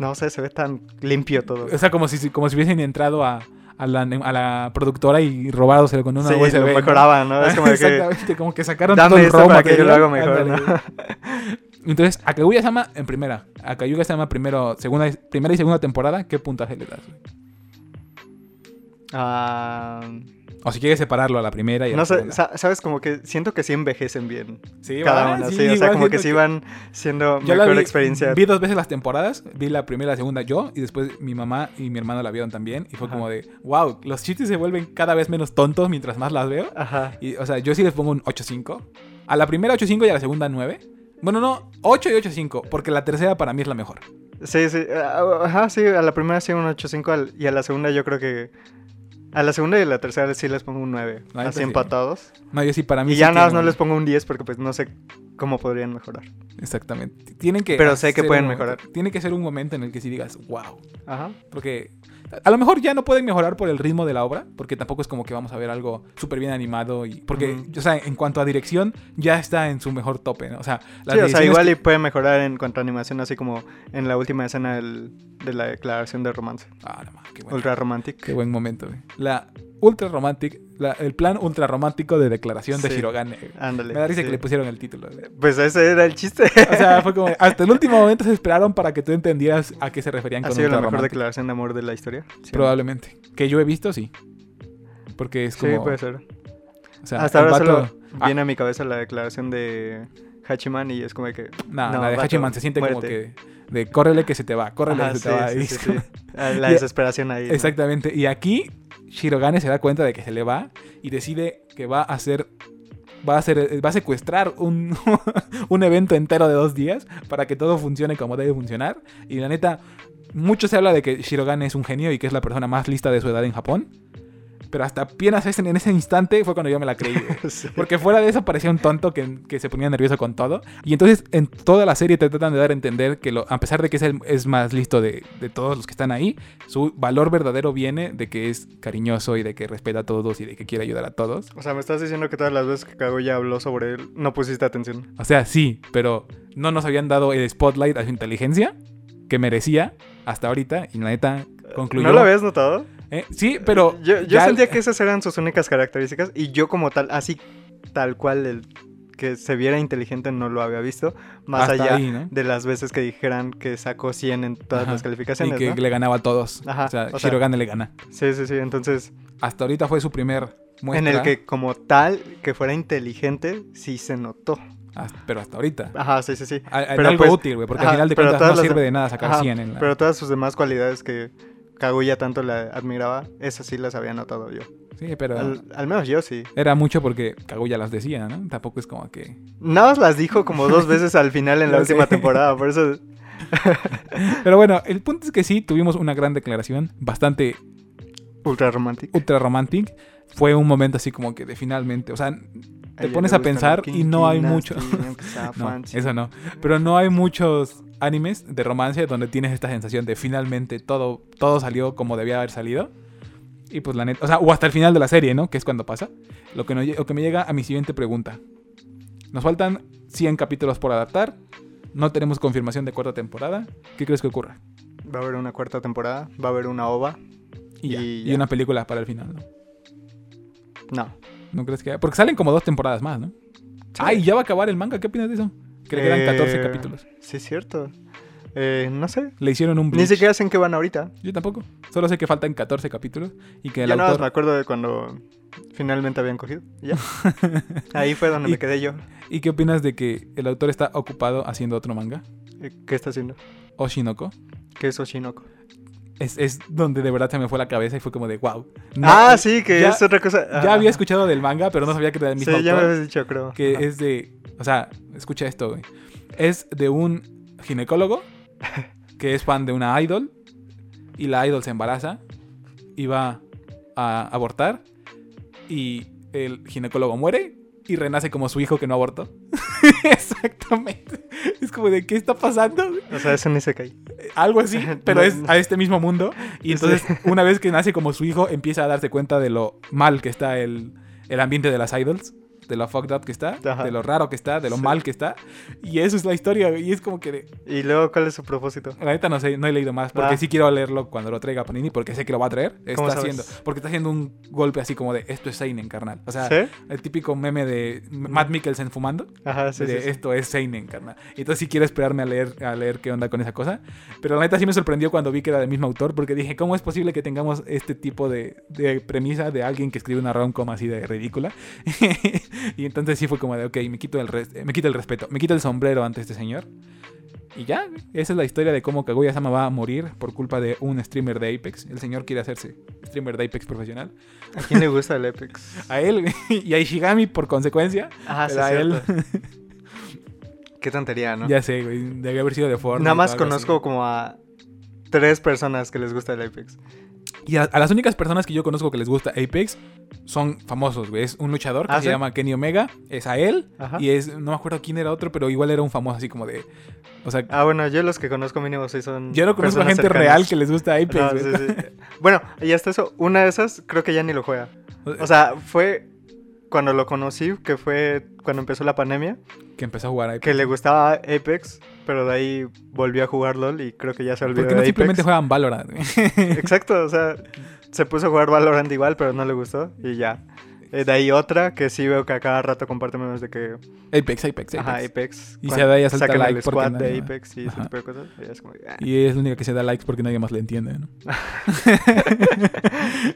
Speaker 2: no sé, se ve tan limpio todo.
Speaker 1: O sea, como si, como si hubiesen entrado a, a la, a la productora y robárselo con una
Speaker 2: sí,
Speaker 1: USB.
Speaker 2: lo
Speaker 1: ¿no?
Speaker 2: mejoraban, ¿no? Es como de que...
Speaker 1: Exactamente, como que sacaron
Speaker 2: Dame
Speaker 1: todo el
Speaker 2: esto
Speaker 1: ROM
Speaker 2: para que yo lo
Speaker 1: aquello.
Speaker 2: hago mejor,
Speaker 1: Ándale. Entonces, a Kaguya Sama en primera, a Kaguya Sama primero, segunda, primera y segunda temporada, ¿qué puntaje le das? güey?
Speaker 2: Ah,
Speaker 1: O si quieres separarlo a la primera y a
Speaker 2: No
Speaker 1: la
Speaker 2: sé,
Speaker 1: segunda.
Speaker 2: sa- sabes, como que siento que sí envejecen bien.
Speaker 1: Sí,
Speaker 2: cada
Speaker 1: ¿verdad?
Speaker 2: una, sí,
Speaker 1: Sí,
Speaker 2: o sea,
Speaker 1: igual
Speaker 2: como que
Speaker 1: siento
Speaker 2: sí
Speaker 1: que-
Speaker 2: van siendo
Speaker 1: Yo la
Speaker 2: mejor
Speaker 1: vi-
Speaker 2: experiencia.
Speaker 1: Vi dos veces las temporadas, vi la primera y la segunda yo, y después mi mamá y mi hermano la vieron también, y fue
Speaker 2: Ajá.
Speaker 1: como de, wow, los chistes se vuelven cada vez menos tontos mientras más las veo.
Speaker 2: Ajá.
Speaker 1: Y, o sea, yo sí les pongo un 8.5. A la primera 8.5 y a la segunda 9. Bueno, no, 8 y 8.5, porque la tercera para mí es la mejor.
Speaker 2: Sí, sí. ah, Ajá, sí, a la primera sí un 8.5 al- y a la segunda yo creo que... A la segunda y a la tercera sí les pongo un 9.
Speaker 1: La neta
Speaker 2: así
Speaker 1: sí.
Speaker 2: empatados.
Speaker 1: No, yo sí para mí
Speaker 2: Y
Speaker 1: sí
Speaker 2: ya nada más
Speaker 1: tienen-
Speaker 2: no les pongo un 10 porque pues no sé cómo podrían mejorar.
Speaker 1: Exactamente. Tienen que
Speaker 2: Pero sé que
Speaker 1: hacer
Speaker 2: pueden
Speaker 1: un momento-
Speaker 2: mejorar.
Speaker 1: Tiene que ser un momento en el que sí digas, wow.
Speaker 2: Ajá.
Speaker 1: Porque a- a lo mejor ya no pueden mejorar por el ritmo de la obra, porque tampoco es como que vamos a ver algo súper bien animado. y Porque,
Speaker 2: Ujú.
Speaker 1: o sea, en cuanto a dirección, ya está en su mejor tope, ¿no? O sea, las
Speaker 2: Sí, o sea,
Speaker 1: direcciones
Speaker 2: igual
Speaker 1: que-
Speaker 2: y puede mejorar en cuanto a animación, así como en la última escena del- de la declaración de romance.
Speaker 1: Ah, no, mames, qué bueno.
Speaker 2: Ultra romantic.
Speaker 1: Qué buen momento, güey. La ultra romantic, la- el plan ultra romántico de declaración de
Speaker 2: Sí.
Speaker 1: Shirogane. güey.
Speaker 2: Ándale.
Speaker 1: Me da risa
Speaker 2: sí.
Speaker 1: que le pusieron el título. güey.
Speaker 2: Pues ese era el chiste.
Speaker 1: O sea, fue como hasta el último momento se esperaron para que tú entendieras a qué se referían
Speaker 2: ha
Speaker 1: con
Speaker 2: sido
Speaker 1: ultra
Speaker 2: la mejor
Speaker 1: romantic.
Speaker 2: declaración de amor de la historia. Sí,
Speaker 1: Probablemente. Que yo he visto, sí. Porque es
Speaker 2: Sí,
Speaker 1: como.
Speaker 2: puede ser.
Speaker 1: o sea,
Speaker 2: Hasta
Speaker 1: el
Speaker 2: ahora
Speaker 1: vato- ah.
Speaker 2: solo viene a mi cabeza la declaración de Hachiman y es como que.
Speaker 1: Nah,
Speaker 2: No,
Speaker 1: la de
Speaker 2: vato,
Speaker 1: Hachiman se siente como
Speaker 2: muérete.
Speaker 1: que. De córrele que se te va, córrele
Speaker 2: "Ajá,
Speaker 1: que se
Speaker 2: sí,
Speaker 1: te va.
Speaker 2: sí,
Speaker 1: y
Speaker 2: sí,
Speaker 1: es
Speaker 2: sí".
Speaker 1: como-
Speaker 2: Ah, La
Speaker 1: Y-
Speaker 2: desesperación ahí. ¿no?
Speaker 1: Exactamente. Y aquí Shirogane se da cuenta de que se le va y decide que va a hacer. Va a, hacer, va a secuestrar un, un evento entero de dos días para que todo funcione como debe funcionar. Y la neta, mucho se habla de que Shirogane es un genio y que es la persona más lista de su edad en Japón. Pero hasta apenas ese- en ese instante fue cuando yo me la creí. güey.
Speaker 2: Sí.
Speaker 1: Porque fuera de eso parecía un tonto que, que se ponía nervioso con todo. Y entonces en toda la serie te tratan de dar a entender que lo- a pesar de que es, el, es más listo de, de todos los que están ahí, su valor verdadero viene de que es cariñoso y de que respeta a todos y de que quiere ayudar a todos.
Speaker 2: O sea, me estás diciendo que todas las veces que Kaguya habló sobre él no pusiste atención.
Speaker 1: O sea, sí, pero no nos habían dado el spotlight a su inteligencia que merecía hasta ahorita. Y la neta concluyó.
Speaker 2: ¿No lo habías notado?
Speaker 1: ¿eh? Sí, pero...
Speaker 2: Yo, yo
Speaker 1: ya-
Speaker 2: sentía que esas eran sus únicas características y yo como tal, así tal cual el que se viera inteligente no lo había visto, más
Speaker 1: hasta
Speaker 2: allá
Speaker 1: ahí, ¿no?
Speaker 2: de las veces que dijeran que sacó 100 en todas
Speaker 1: Ajá.
Speaker 2: las
Speaker 1: Y
Speaker 2: calificaciones.
Speaker 1: que
Speaker 2: ¿no?
Speaker 1: le ganaba a todos.
Speaker 2: Ajá,
Speaker 1: o sea,
Speaker 2: o sea-
Speaker 1: Shirogane le gana.
Speaker 2: Sí, sí, sí, entonces
Speaker 1: Hasta ahorita fue su primer muestra.
Speaker 2: en el que como tal que fuera inteligente sí se notó.
Speaker 1: Hasta- Ah, pero hasta ahorita.
Speaker 2: Ajá, sí, sí, sí.
Speaker 1: A- en
Speaker 2: Ah, Pero
Speaker 1: algo
Speaker 2: pues-
Speaker 1: útil, güey, porque
Speaker 2: ajá,
Speaker 1: al final de
Speaker 2: pero
Speaker 1: cuentas
Speaker 2: todas
Speaker 1: no
Speaker 2: las
Speaker 1: sirve
Speaker 2: de-
Speaker 1: de nada sacar
Speaker 2: Ajá,
Speaker 1: 100 en la...
Speaker 2: Pero todas sus demás cualidades que Kaguya tanto le admiraba, esas sí las había notado yo.
Speaker 1: Sí, pero
Speaker 2: Al, al menos yo sí.
Speaker 1: era mucho porque Kaguya las decía, ¿no? Tampoco es como que...
Speaker 2: Nada más las dijo como dos veces al final en la
Speaker 1: Lo sé.
Speaker 2: última temporada, por eso
Speaker 1: Pero bueno, el punto es que sí, tuvimos una gran declaración, bastante
Speaker 2: ultra romántico.
Speaker 1: ultra romantic. Fue un momento así como que de finalmente, o sea,
Speaker 2: A ella
Speaker 1: pones
Speaker 2: le
Speaker 1: a
Speaker 2: gustan
Speaker 1: pensar
Speaker 2: los
Speaker 1: y no hay
Speaker 2: kinky,
Speaker 1: mucho.
Speaker 2: nasty, aunque sea
Speaker 1: no,
Speaker 2: fancy.
Speaker 1: eso no. Pero no hay muchos animes de romance donde tienes esta sensación de finalmente todo, todo salió como debía haber salido. Y pues la neta, o sea, o hasta el final de la serie, ¿no? Que es cuando pasa. Lo que, no lle- lo que me llega a mi siguiente pregunta. Nos faltan 100 capítulos por adaptar. No tenemos confirmación de cuarta temporada. ¿Qué crees que ocurra?
Speaker 2: Va a haber una cuarta temporada, va a haber una ova.
Speaker 1: Y, ya.
Speaker 2: Y
Speaker 1: Y
Speaker 2: ya.
Speaker 1: una película para el final, ¿no?
Speaker 2: No.
Speaker 1: ¿No crees que haya? Porque salen como dos temporadas más, ¿no? Ay, ya va a acabar el manga. ¿Qué opinas de eso? Que le quedan 14
Speaker 2: Eh,
Speaker 1: capítulos.
Speaker 2: Sí, es cierto. Eh, no sé.
Speaker 1: Le hicieron un
Speaker 2: Ni
Speaker 1: Bleach.
Speaker 2: siquiera sé en qué van ahorita.
Speaker 1: Yo tampoco. Solo sé que faltan 14 capítulos y que el
Speaker 2: Yo nada más me
Speaker 1: autor
Speaker 2: acuerdo de cuando finalmente habían cogido. Ya. Ahí fue donde
Speaker 1: Y-
Speaker 2: me quedé yo.
Speaker 1: ¿Y qué opinas de que el autor está ocupado haciendo otro manga?
Speaker 2: Eh, ¿Qué está haciendo?
Speaker 1: Oshinoko.
Speaker 2: ¿Qué es Oshinoko?
Speaker 1: Es, es donde de verdad se me fue la cabeza y fue como de wow.
Speaker 2: ah, sí, que
Speaker 1: ya-
Speaker 2: es otra cosa.
Speaker 1: Ya
Speaker 2: Ah,
Speaker 1: había escuchado del manga, pero no sabía que era del
Speaker 2: Sí,
Speaker 1: mismo
Speaker 2: ya me
Speaker 1: autor.
Speaker 2: habías dicho, creo.
Speaker 1: Que
Speaker 2: Ajá.
Speaker 1: es de. O sea, escucha esto, güey. Es de un ginecólogo que es fan de una idol. Y la idol se embaraza. Y va a abortar. Y el ginecólogo muere. Y renace como su hijo que no abortó. Exactamente. Es como de qué está pasando.
Speaker 2: O sea, es un Isekai.
Speaker 1: Algo así, pero
Speaker 2: No,
Speaker 1: es
Speaker 2: no.
Speaker 1: a este mismo mundo. Y
Speaker 2: Sí.
Speaker 1: entonces, una vez que nace como su hijo, empieza a darse cuenta de lo mal que está el, el ambiente de las idols. de lo fucked up que está,
Speaker 2: Ajá.
Speaker 1: de lo raro que está, de lo
Speaker 2: Sí.
Speaker 1: mal que está. Y eso es la historia, güey, y es como que... de-
Speaker 2: Y luego, ¿cuál es su propósito?
Speaker 1: La neta no sé, no he leído más, porque
Speaker 2: Ah.
Speaker 1: sí quiero leerlo cuando lo traiga Panini, porque sé que lo va a traer.
Speaker 2: ¿Cómo
Speaker 1: Está
Speaker 2: sabes?
Speaker 1: haciendo, porque está haciendo un golpe así como de esto es Seinen, carnal. O sea,
Speaker 2: ¿Sí?
Speaker 1: el típico meme de Matt Mikkelsen fumando.
Speaker 2: Ajá, sí,
Speaker 1: de
Speaker 2: sí, sí.
Speaker 1: esto es Seinen, carnal. Entonces sí quiero esperarme a leer, a leer qué onda con esa cosa. Pero la neta sí me sorprendió cuando vi que era del mismo autor, porque dije, ¿cómo es posible que tengamos este tipo de, de premisa de alguien que escribe una rom-com así de ridícula? y entonces sí fue como de, ok, me quito, el res- eh, me quito el respeto, me quito el sombrero ante este señor. Y ya, esa es la historia de cómo Kaguya-sama va a morir por culpa de un streamer de Apex. El señor quiere hacerse streamer de Apex profesional.
Speaker 2: ¿A quién le gusta el Apex?
Speaker 1: A él y a Ishigami por consecuencia.
Speaker 2: Ajá, Ah, sí,
Speaker 1: pero a él...
Speaker 2: cierto. Qué tontería, ¿no?
Speaker 1: Ya sé, güey. Debió haber sido de Fortnite.
Speaker 2: Nada más
Speaker 1: o algo así.
Speaker 2: conozco como a tres personas que les gusta el Apex.
Speaker 1: Y a, a las únicas personas que yo conozco que les gusta Apex son famosos, güey. Es un luchador que
Speaker 2: Ah,
Speaker 1: se
Speaker 2: ¿sí?
Speaker 1: llama Kenny Omega. Es a él.
Speaker 2: Ajá.
Speaker 1: Y es. No me acuerdo quién era otro, pero igual era un famoso así como de. O sea,
Speaker 2: Ah, bueno, yo los que conozco mínimo sí son.
Speaker 1: yo no conozco a
Speaker 2: Mm, personas
Speaker 1: gente
Speaker 2: cercanas.
Speaker 1: real que les gusta Apex,
Speaker 2: No,
Speaker 1: güey.
Speaker 2: sí, sí. Bueno, y hasta eso, una de esas creo que ya ni lo juega. O sea, fue cuando lo conocí, que fue cuando empezó la pandemia,
Speaker 1: que empezó a jugar a Apex.
Speaker 2: que le gustaba Apex, pero de ahí volvió a jugar LOL y creo que ya se olvidó
Speaker 1: Porque no
Speaker 2: de
Speaker 1: simplemente
Speaker 2: Apex.
Speaker 1: juegan Valorant, güey.
Speaker 2: Exacto, o sea, se puso a jugar Valorant igual, pero no le gustó y ya. Eh, De ahí otra que sí veo que a cada rato comparte memes de que
Speaker 1: Apex, Apex, Apex.
Speaker 2: ajá, Apex.
Speaker 1: Y
Speaker 2: cuan-
Speaker 1: se da y asalta
Speaker 2: sacan
Speaker 1: like
Speaker 2: el
Speaker 1: porque
Speaker 2: squad
Speaker 1: nadie-
Speaker 2: de Apex y
Speaker 1: ajá.
Speaker 2: ese tipo de cosas. y es como, ah.
Speaker 1: Y es la única que se da likes porque nadie más le entiende, ¿no?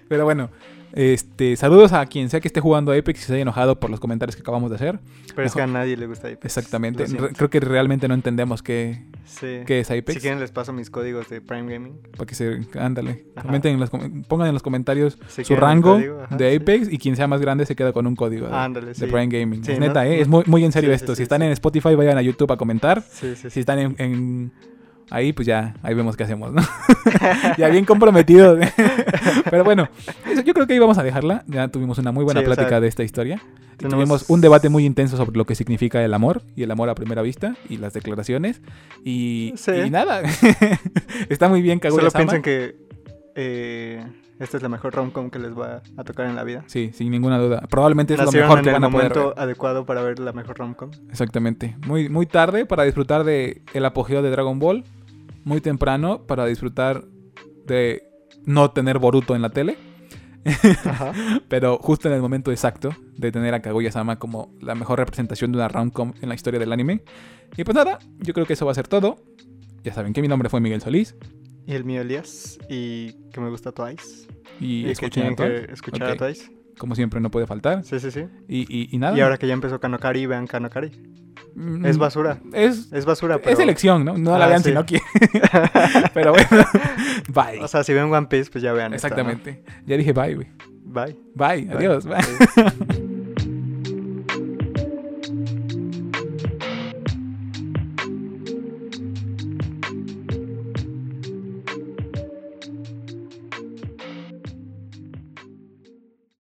Speaker 1: Pero bueno, este, saludos a quien sea que esté jugando Apex y se haya enojado por los comentarios que acabamos de hacer.
Speaker 2: Pero es que a nadie le gusta Apex.
Speaker 1: Exactamente.
Speaker 2: Lo siento.
Speaker 1: Re- Creo que realmente no entendemos qué,
Speaker 2: Sí.
Speaker 1: qué es Apex.
Speaker 2: Si quieren les paso mis códigos de Prime Gaming.
Speaker 1: Para que se. Ándale.
Speaker 2: Ajá.
Speaker 1: Comenten en los com- pongan en los comentarios
Speaker 2: Si
Speaker 1: su
Speaker 2: quieren el
Speaker 1: rango
Speaker 2: código, ajá,
Speaker 1: de
Speaker 2: sí.
Speaker 1: Apex y quien sea más grande se queda con un código de,
Speaker 2: Ándale,
Speaker 1: de
Speaker 2: sí.
Speaker 1: Prime Gaming.
Speaker 2: Sí,
Speaker 1: es
Speaker 2: ¿no?
Speaker 1: neta, ¿eh? Es muy, muy en serio
Speaker 2: Sí, sí,
Speaker 1: esto. si
Speaker 2: sí,
Speaker 1: están
Speaker 2: sí.
Speaker 1: en Spotify, vayan a YouTube a comentar.
Speaker 2: Sí, sí,
Speaker 1: Si
Speaker 2: sí.
Speaker 1: están en. en- Ahí, pues ya, ahí vemos qué hacemos, ¿no? ya bien comprometido. Pero bueno, eso- yo creo que ahí vamos a dejarla. Ya tuvimos una muy buena
Speaker 2: Sí, o sea,
Speaker 1: plática de esta historia. Y
Speaker 2: tenemos-
Speaker 1: Tuvimos un debate muy intenso sobre lo que significa el amor y el amor a primera vista y las declaraciones. Y,
Speaker 2: Sí.
Speaker 1: y nada, está muy bien Kaguya
Speaker 2: Solo piensen que eh, esta es la mejor rom-com que les va a tocar en la vida.
Speaker 1: Sí, sin ninguna duda. Probablemente es lo
Speaker 2: Nacieron
Speaker 1: mejor
Speaker 2: en
Speaker 1: que
Speaker 2: el
Speaker 1: van a poder
Speaker 2: momento adecuado para ver la mejor rom-com.
Speaker 1: ver. Exactamente. Muy, muy tarde para disfrutar de el apogeo de Dragon Ball. Muy temprano para disfrutar de no tener Boruto en la tele.
Speaker 2: Ajá.
Speaker 1: Pero justo en el momento exacto de tener a Kaguya-sama como la mejor representación de una rom-com en la historia del anime. Y pues nada, yo creo que eso va a ser todo. Ya saben que mi nombre fue Miguel Solís.
Speaker 2: Y el mío Elías. Y que me gusta Twice.
Speaker 1: Y,
Speaker 2: Y, que
Speaker 1: escuchen
Speaker 2: tienen
Speaker 1: a todos.
Speaker 2: que escuchar
Speaker 1: Ok.
Speaker 2: a Twice.
Speaker 1: Como siempre, no puede faltar.
Speaker 2: Sí, sí, sí.
Speaker 1: Y, y- y nada.
Speaker 2: Y ahora que ya empezó Kanokari, vean Kanokari.
Speaker 1: Mm,
Speaker 2: Es basura.
Speaker 1: Es,
Speaker 2: Es basura, pero...
Speaker 1: es elección, ¿no? No la
Speaker 2: Ah,
Speaker 1: vean
Speaker 2: sí.
Speaker 1: si no quieren. Pero bueno. Bye.
Speaker 2: O sea, si ven One Piece, pues ya vean esta, ¿no?
Speaker 1: Exactamente. Ya dije bye, güey.
Speaker 2: Bye.
Speaker 1: Bye. Adiós. Bye.
Speaker 2: Bye.